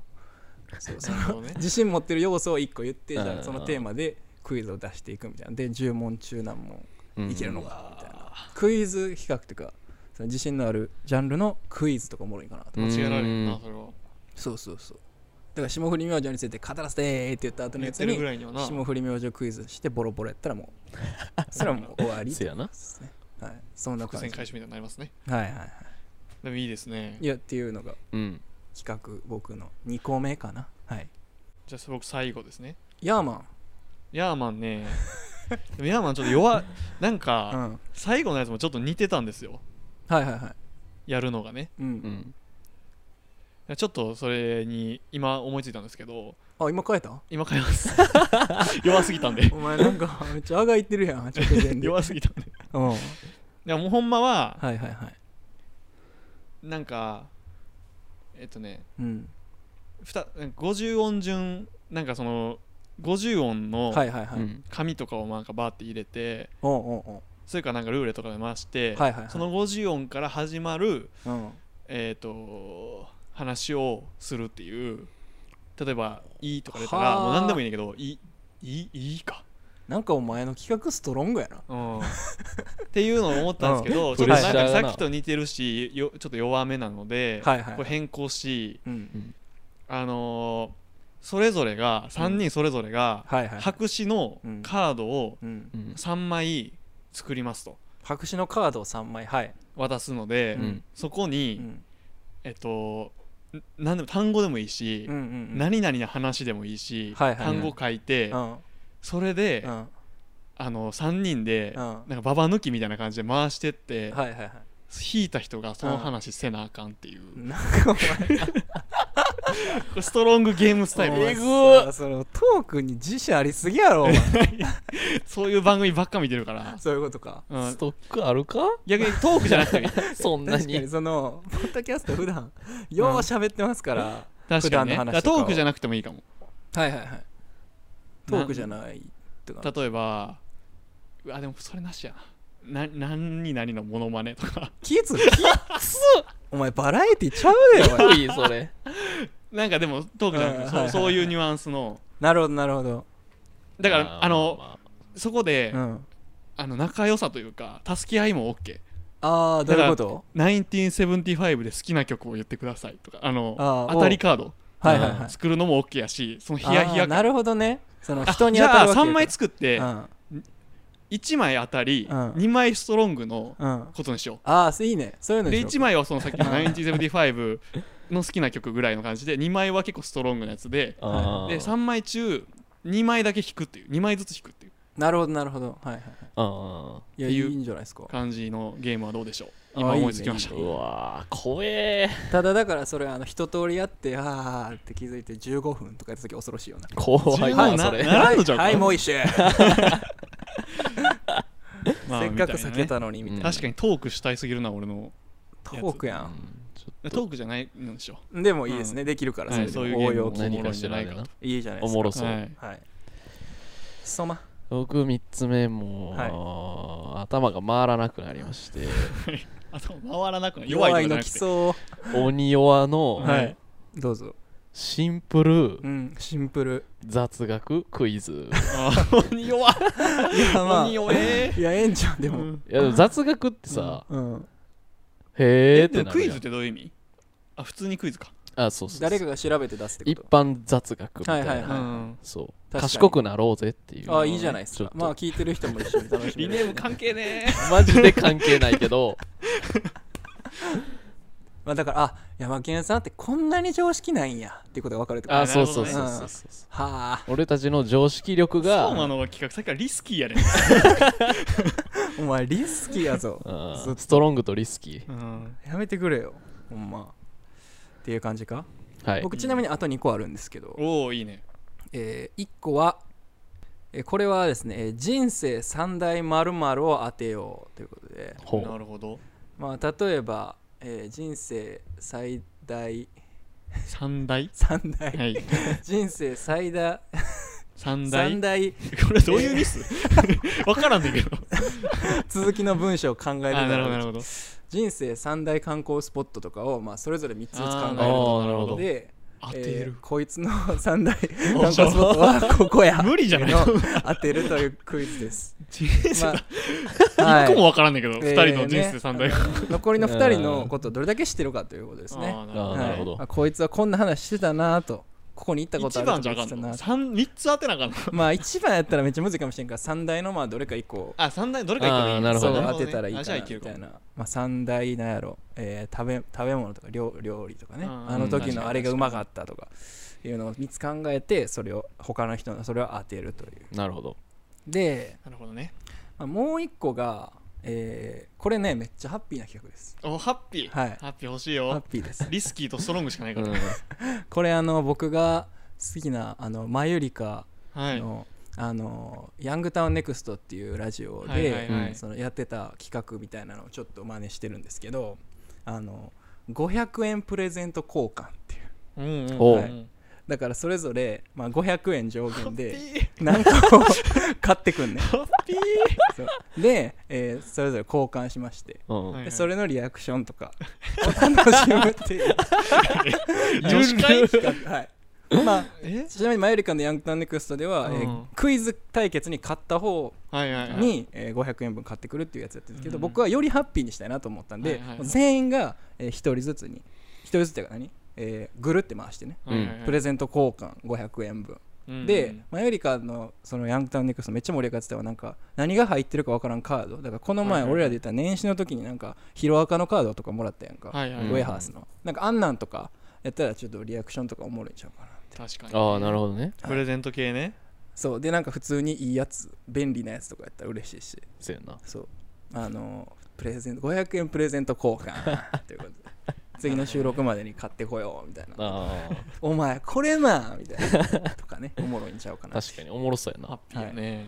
[SPEAKER 2] そうそ
[SPEAKER 1] なるほど
[SPEAKER 2] の
[SPEAKER 1] ね
[SPEAKER 2] 自信持ってる要素を1個言ってじ
[SPEAKER 3] うんうん
[SPEAKER 2] ゃ
[SPEAKER 3] う
[SPEAKER 2] あ
[SPEAKER 3] ん
[SPEAKER 2] そのテーマでクイズを出していくみたいなで10問中何問
[SPEAKER 3] う、うん
[SPEAKER 2] いけるのかみたいな、クイズ比較というかその自信のあるジャンルのクイズとかおもろいかなと、
[SPEAKER 3] うん
[SPEAKER 1] 間違えられるなそれは
[SPEAKER 2] そうそうそうだから霜降り明星について語らせてーって言った後の
[SPEAKER 1] 言
[SPEAKER 2] や
[SPEAKER 1] っ
[SPEAKER 2] つ
[SPEAKER 1] てる
[SPEAKER 2] に
[SPEAKER 1] ぐらいにはな
[SPEAKER 2] 霜降り明星クイズしてボロボロやったらもう それはもう終わりって
[SPEAKER 3] せ
[SPEAKER 2] こ
[SPEAKER 3] やな
[SPEAKER 2] とですねはい そんな
[SPEAKER 1] 伏
[SPEAKER 2] 感じ
[SPEAKER 1] 線回収みたいになりますね
[SPEAKER 2] はいはいはい
[SPEAKER 1] でもいいですね
[SPEAKER 2] いやっていうのが
[SPEAKER 3] うん
[SPEAKER 2] 企画僕の2個目かなはい
[SPEAKER 1] じゃあそれ僕最後ですね
[SPEAKER 2] ヤーマ
[SPEAKER 1] ヤーマン ねでもヤーマンちょっと弱いなん
[SPEAKER 2] ンう
[SPEAKER 1] か
[SPEAKER 2] ん
[SPEAKER 1] 最後のやつもちょっと似てたんですよ
[SPEAKER 2] はいはいはい
[SPEAKER 1] やるのがね
[SPEAKER 2] う
[SPEAKER 3] うんん
[SPEAKER 1] ちょっとそれに今思いついたんですけど
[SPEAKER 2] あ今変えた
[SPEAKER 1] 今変えます 弱すぎたんで
[SPEAKER 2] お前なん かめっちゃあがいてるやん直前 でうん
[SPEAKER 1] 弱すぎたんでい
[SPEAKER 2] はい
[SPEAKER 1] やもうほんまは
[SPEAKER 2] はいはい
[SPEAKER 1] なんかえっとね
[SPEAKER 2] うん
[SPEAKER 1] ふた50音順なんかその50音の
[SPEAKER 2] はいはいは
[SPEAKER 3] う
[SPEAKER 2] い
[SPEAKER 3] ん
[SPEAKER 1] 紙とかをなんかバーって入れて
[SPEAKER 2] おうおうお
[SPEAKER 1] それからなんかルーレとかで回して、
[SPEAKER 2] うはいはいはい
[SPEAKER 1] その50音から始まる
[SPEAKER 2] うん
[SPEAKER 1] えっ、と話をするっていう例えば「い」とか出た
[SPEAKER 2] は
[SPEAKER 1] ら
[SPEAKER 2] あ
[SPEAKER 1] もう何でもいいねんだけど「い」いいいいか、
[SPEAKER 2] なんかお前の企画ストロングやな
[SPEAKER 1] うん、っていうのを思ったんですけど、
[SPEAKER 3] ん
[SPEAKER 1] ちょっとなんか
[SPEAKER 3] プレッシャー
[SPEAKER 1] さ
[SPEAKER 3] だな
[SPEAKER 1] っきと似てるしよちょっと弱めなので、
[SPEAKER 2] はいはい
[SPEAKER 1] これ変更し
[SPEAKER 2] うん
[SPEAKER 1] あのーそれぞれが3人それぞれが
[SPEAKER 2] はいはい
[SPEAKER 1] 白紙の
[SPEAKER 2] うん
[SPEAKER 1] カードを
[SPEAKER 2] うん
[SPEAKER 3] うん
[SPEAKER 1] 3枚作りますと
[SPEAKER 2] 白紙のカードを3枚はい
[SPEAKER 1] 渡すので、
[SPEAKER 3] うん
[SPEAKER 1] そこに、
[SPEAKER 2] うん
[SPEAKER 1] えっとん何でも単語でもいいし、
[SPEAKER 2] うんうんうん
[SPEAKER 1] 何々な話でもいいし、
[SPEAKER 2] はいはい
[SPEAKER 1] 単語書いて、
[SPEAKER 2] うん
[SPEAKER 1] それで、
[SPEAKER 2] うん
[SPEAKER 1] あの3人で、
[SPEAKER 2] うん
[SPEAKER 1] なんかババ抜きみたいな感じで回してって、
[SPEAKER 2] はいはいはい
[SPEAKER 1] 引いた人がその話せなあかんっていう、こ
[SPEAKER 2] なんかお前
[SPEAKER 1] れストロングゲームスタイル
[SPEAKER 2] え
[SPEAKER 1] で
[SPEAKER 2] ぐ
[SPEAKER 1] す
[SPEAKER 2] そのトークに自信ありすぎやろお前
[SPEAKER 1] そういう番組ばっか見てるから、
[SPEAKER 2] そういうことか
[SPEAKER 1] うん
[SPEAKER 3] ストックあるか
[SPEAKER 1] 逆にトークじゃなくてもいい
[SPEAKER 3] そんな
[SPEAKER 2] 確かに
[SPEAKER 3] に
[SPEAKER 2] そのポッドキャスト普段よう喋ってますから、
[SPEAKER 1] 確か
[SPEAKER 2] 普段
[SPEAKER 1] に
[SPEAKER 2] の
[SPEAKER 1] ねだ
[SPEAKER 2] 話
[SPEAKER 1] か
[SPEAKER 2] と
[SPEAKER 1] ら
[SPEAKER 2] かを
[SPEAKER 1] トークじゃなくてもいいかも
[SPEAKER 2] はいはいはいトークじゃないとか
[SPEAKER 1] 例えばうわでもそれなしやなな何々のモノマネとか
[SPEAKER 2] キツキツお前バラエティちゃうでお前
[SPEAKER 3] いいそれ
[SPEAKER 1] なんかでもトークじゃなくて、
[SPEAKER 2] うん
[SPEAKER 1] そう
[SPEAKER 2] はいはい
[SPEAKER 1] そういうニュアンスの
[SPEAKER 2] なるほどなるほど
[SPEAKER 1] だからあの、そこで、
[SPEAKER 2] うん
[SPEAKER 1] あの仲良さというか助け合いも OK
[SPEAKER 2] ああどういうこと
[SPEAKER 1] 1975で好きな曲を言ってくださいとかあの
[SPEAKER 2] あー
[SPEAKER 1] 当たりカード
[SPEAKER 2] はいはいはい
[SPEAKER 1] 作るのも OK やしそのヒ
[SPEAKER 2] あ
[SPEAKER 1] ヤヒヤ
[SPEAKER 2] ーな
[SPEAKER 1] 感
[SPEAKER 2] るほどねその
[SPEAKER 1] あ
[SPEAKER 2] 人に
[SPEAKER 1] じ
[SPEAKER 2] 当た
[SPEAKER 1] ゃ
[SPEAKER 2] る
[SPEAKER 1] あ
[SPEAKER 2] わけや
[SPEAKER 1] 3枚作っ
[SPEAKER 2] う
[SPEAKER 1] て
[SPEAKER 2] ん
[SPEAKER 1] 1枚当たり
[SPEAKER 2] うん
[SPEAKER 1] 2枚ストロングの
[SPEAKER 2] うん
[SPEAKER 1] ことにしよ
[SPEAKER 2] ああいいねそういう
[SPEAKER 1] う
[SPEAKER 2] の
[SPEAKER 1] で
[SPEAKER 2] にし
[SPEAKER 1] 1
[SPEAKER 2] よ
[SPEAKER 1] 枚はそのさっきの1975の好きな曲ぐらいの感じで2枚は結構ストロングなやつで
[SPEAKER 3] あー
[SPEAKER 1] で3枚中2枚だけ引くっていう2枚ずつ引くっていう
[SPEAKER 2] うなるほどなるほどはいはいはい
[SPEAKER 3] あ
[SPEAKER 2] いや
[SPEAKER 1] って
[SPEAKER 2] い
[SPEAKER 1] いう
[SPEAKER 2] いんじゃないですか
[SPEAKER 1] 感じのゲームはどうでしょう
[SPEAKER 2] あ
[SPEAKER 1] 今思いつきました
[SPEAKER 3] ーうわー怖え
[SPEAKER 2] ただだからそれあの一通りやってあーって気づいて15分とかやった時恐ろしいよな
[SPEAKER 3] 怖いな
[SPEAKER 1] な
[SPEAKER 3] それ
[SPEAKER 1] ならんのじゃん
[SPEAKER 2] はい、はい、
[SPEAKER 1] これ
[SPEAKER 2] もう一周
[SPEAKER 1] まあみたい
[SPEAKER 2] せっかく避
[SPEAKER 1] なね
[SPEAKER 2] けたのにみたいな,、
[SPEAKER 1] 確かにトークしたいすぎるな俺の
[SPEAKER 2] トークや
[SPEAKER 3] うんんちょっと
[SPEAKER 1] トークじゃないんでしょ
[SPEAKER 2] でもいいですね、できるから
[SPEAKER 1] はい
[SPEAKER 2] そ
[SPEAKER 1] そう
[SPEAKER 2] れ
[SPEAKER 1] い
[SPEAKER 2] で
[SPEAKER 1] う
[SPEAKER 2] 応
[SPEAKER 1] ゲーム
[SPEAKER 2] 用
[SPEAKER 1] を
[SPEAKER 2] 機
[SPEAKER 3] 何
[SPEAKER 2] に
[SPEAKER 3] かしてないかと
[SPEAKER 2] いいじゃないで
[SPEAKER 3] お
[SPEAKER 2] すか
[SPEAKER 3] もろそう、
[SPEAKER 1] はい
[SPEAKER 2] はいそうま
[SPEAKER 3] 僕3つ目も、頭が回らなくなりまして
[SPEAKER 1] あと回らなくない弱
[SPEAKER 2] 弱
[SPEAKER 1] い
[SPEAKER 2] い
[SPEAKER 1] とかじゃ
[SPEAKER 2] の
[SPEAKER 1] なく
[SPEAKER 2] 基
[SPEAKER 1] て
[SPEAKER 2] 礎を
[SPEAKER 3] 鬼弱の
[SPEAKER 1] はい
[SPEAKER 2] どうぞ
[SPEAKER 3] シンプル
[SPEAKER 2] うんシン プル
[SPEAKER 3] 雑学クイズ
[SPEAKER 1] あー鬼弱
[SPEAKER 2] いやまあ
[SPEAKER 1] 鬼弱え
[SPEAKER 2] いやええんじゃんでも、
[SPEAKER 3] いやでも雑学ってさ、
[SPEAKER 2] うん、
[SPEAKER 3] へえ
[SPEAKER 1] え
[SPEAKER 3] って
[SPEAKER 1] で
[SPEAKER 3] な
[SPEAKER 1] もク
[SPEAKER 3] る
[SPEAKER 1] イ
[SPEAKER 3] やん
[SPEAKER 1] ズってどういう意味あ普通にクイズか
[SPEAKER 3] あそうそうそう
[SPEAKER 2] 誰かが調べて出すって
[SPEAKER 3] 一
[SPEAKER 2] こ
[SPEAKER 3] 般雑学みたいな、
[SPEAKER 2] はいはい
[SPEAKER 1] ん
[SPEAKER 3] そう
[SPEAKER 2] 確かに
[SPEAKER 3] 賢くなろうぜっていう
[SPEAKER 2] とああいいじゃないです
[SPEAKER 3] ちょっ
[SPEAKER 2] か
[SPEAKER 3] と
[SPEAKER 2] まあ聞いてる人も一 緒に楽しめ
[SPEAKER 1] リ
[SPEAKER 2] る
[SPEAKER 1] ネーム関係ねえ
[SPEAKER 3] マジで関係ないけど
[SPEAKER 2] まあだからあヤマケンさんってこんなに常識ないんやっていうことが分かるってこと
[SPEAKER 3] あ
[SPEAKER 2] は
[SPEAKER 1] あ
[SPEAKER 3] そうそうそう
[SPEAKER 2] なるほどね
[SPEAKER 3] そうそうそう
[SPEAKER 2] あ
[SPEAKER 3] 俺たちの常識力が
[SPEAKER 1] そうなの企画さっきからリスキーやね
[SPEAKER 2] お前リスキーや ぞ
[SPEAKER 3] うん
[SPEAKER 2] ずっと
[SPEAKER 3] ストロングとリスキ
[SPEAKER 1] ん
[SPEAKER 2] やめてくれよほんまっていう感じか、
[SPEAKER 3] ーはい
[SPEAKER 2] 僕ちなみにあと2個あるんですけど、
[SPEAKER 1] おおいいね
[SPEAKER 2] え1個は、えーこれはですね、えー人生三大まるを当てようということで、
[SPEAKER 3] ほ
[SPEAKER 1] な
[SPEAKER 3] う
[SPEAKER 1] るほど
[SPEAKER 2] まあ、例えば、えー人生最大
[SPEAKER 1] 三大
[SPEAKER 2] 三大、
[SPEAKER 1] はい
[SPEAKER 2] 人生最大
[SPEAKER 1] 三大
[SPEAKER 2] 三 大
[SPEAKER 1] これどういう ミスわからんねんけど
[SPEAKER 2] 続きの文章を考えて
[SPEAKER 1] あ
[SPEAKER 2] たら
[SPEAKER 1] ーなるほどなるほど
[SPEAKER 2] 人生三大観光スポットとかを、まあ、それぞれ3つずつ考
[SPEAKER 3] あ
[SPEAKER 2] え
[SPEAKER 3] ーなるほ
[SPEAKER 2] るの
[SPEAKER 3] ど
[SPEAKER 2] で
[SPEAKER 1] 当
[SPEAKER 2] えー
[SPEAKER 1] てる
[SPEAKER 2] こいつの三大観光スポットはここや
[SPEAKER 1] 無理じゃない
[SPEAKER 2] ってうのを当てるというクイズです、
[SPEAKER 1] 人
[SPEAKER 2] ま
[SPEAKER 1] 生
[SPEAKER 2] あはい
[SPEAKER 1] 一個もわからんねんけど二
[SPEAKER 2] えー
[SPEAKER 1] 人の人生三大
[SPEAKER 2] ね
[SPEAKER 1] が
[SPEAKER 2] 残りの2人のことをどれだけ知ってるかということですね
[SPEAKER 1] あーなるほど
[SPEAKER 3] あーなるほど
[SPEAKER 2] はい、あこいつはこんな話してたなとここに行ったことあ
[SPEAKER 1] 一
[SPEAKER 2] ると
[SPEAKER 1] 番
[SPEAKER 2] か
[SPEAKER 1] じゃあか
[SPEAKER 2] 言
[SPEAKER 1] ん
[SPEAKER 2] ってた
[SPEAKER 1] の
[SPEAKER 2] な
[SPEAKER 1] 三三つ当てなあかんの
[SPEAKER 2] まあ一番やったらめっちゃむずいかもしれんから三大のまあどれか一個
[SPEAKER 1] あ三大どれか一個でいい
[SPEAKER 3] あー
[SPEAKER 1] ね
[SPEAKER 3] なるほ
[SPEAKER 2] そ
[SPEAKER 3] ど
[SPEAKER 2] う
[SPEAKER 3] ね
[SPEAKER 2] 当てたらいい
[SPEAKER 1] あ
[SPEAKER 2] か
[SPEAKER 1] じゃあ
[SPEAKER 2] なみ
[SPEAKER 1] いけるか
[SPEAKER 2] た
[SPEAKER 1] も
[SPEAKER 2] いな、まあ、三大なんやろ、えー食べ食べ物とか料料理とかね
[SPEAKER 1] うん
[SPEAKER 2] あの時のあれがうまかったとかいうのを3つ考えてそれを他の人のそれを当てるという
[SPEAKER 3] なるほど
[SPEAKER 2] で、
[SPEAKER 1] なるほどね
[SPEAKER 2] まあ、もう1個が、えーこれねめっちゃハッピーな企画です
[SPEAKER 1] おハッピー
[SPEAKER 2] はい
[SPEAKER 1] ハッピー欲しい
[SPEAKER 2] ハッ
[SPEAKER 1] よ
[SPEAKER 2] ピーです
[SPEAKER 1] リスキーとストロングしかないから
[SPEAKER 2] これあの僕が好きなあのマユリカ
[SPEAKER 1] はい
[SPEAKER 2] の,、あのヤングタウンネクストっていうラジオで、
[SPEAKER 1] はいはい
[SPEAKER 3] は
[SPEAKER 1] はいい
[SPEAKER 2] そのやってた企画みたいなのをちょっと真似してるんですけどあの500円プレゼント交換ってい
[SPEAKER 1] う
[SPEAKER 2] う
[SPEAKER 1] んうん
[SPEAKER 3] おう
[SPEAKER 1] はい
[SPEAKER 2] だからそれぞれ、まあ、500円上限
[SPEAKER 1] ピ
[SPEAKER 2] で
[SPEAKER 1] ー
[SPEAKER 2] 何個を買ってくんねん
[SPEAKER 1] ハッピー
[SPEAKER 2] そうで、えーそれぞれ交換しまして
[SPEAKER 3] うん
[SPEAKER 1] はい
[SPEAKER 2] でそれのリアクションとかを楽しむっていう
[SPEAKER 1] 女子会
[SPEAKER 2] はいまあ
[SPEAKER 1] え
[SPEAKER 2] ちなみにマユリカのヤングタウンネクストでは、えー
[SPEAKER 1] うん
[SPEAKER 2] クイズ対決に勝った方
[SPEAKER 1] はいはいはい
[SPEAKER 2] に、えー500円分買ってくるっていうやつやってるんですけど、
[SPEAKER 1] うん
[SPEAKER 2] 僕はよりハッピーにしたいなと思ったんで、
[SPEAKER 1] はいはいはい
[SPEAKER 2] もう全員が、え1人ずつに1人ずつっていうか何、えーぐるって回してね、
[SPEAKER 1] はいはいはい
[SPEAKER 2] プレゼント交換500円分、
[SPEAKER 1] うん
[SPEAKER 2] でマユリカのそのヤングタウンネクストめっちゃ盛り上がってたのはなんか何が入ってるかわからんカードだからこの
[SPEAKER 1] はいは
[SPEAKER 2] 前
[SPEAKER 1] いはい
[SPEAKER 2] 俺らで言ったら年始の時になんかヒロアカのカードとかもらったやんか、
[SPEAKER 1] はいはい
[SPEAKER 2] ウ
[SPEAKER 1] は
[SPEAKER 2] ェ
[SPEAKER 1] い
[SPEAKER 2] ハースのなんかあんなんとかやったらちょっとリアクションとかおもろいんちゃうかな
[SPEAKER 1] 確かに
[SPEAKER 3] ああなるほどね
[SPEAKER 1] プレゼント系ね
[SPEAKER 2] そうでなんか普通にいいやつ便利なやつとかやったら嬉しいし
[SPEAKER 3] せやな
[SPEAKER 2] そうあのプレゼント500円プレゼント 交換ということで次の収録までに買ってこようみたいな
[SPEAKER 3] ああ
[SPEAKER 2] お前これなみたい なとかねおもろいんちゃうかな
[SPEAKER 3] 確かにおもろそうや
[SPEAKER 1] ハッ
[SPEAKER 3] な
[SPEAKER 1] ピーよね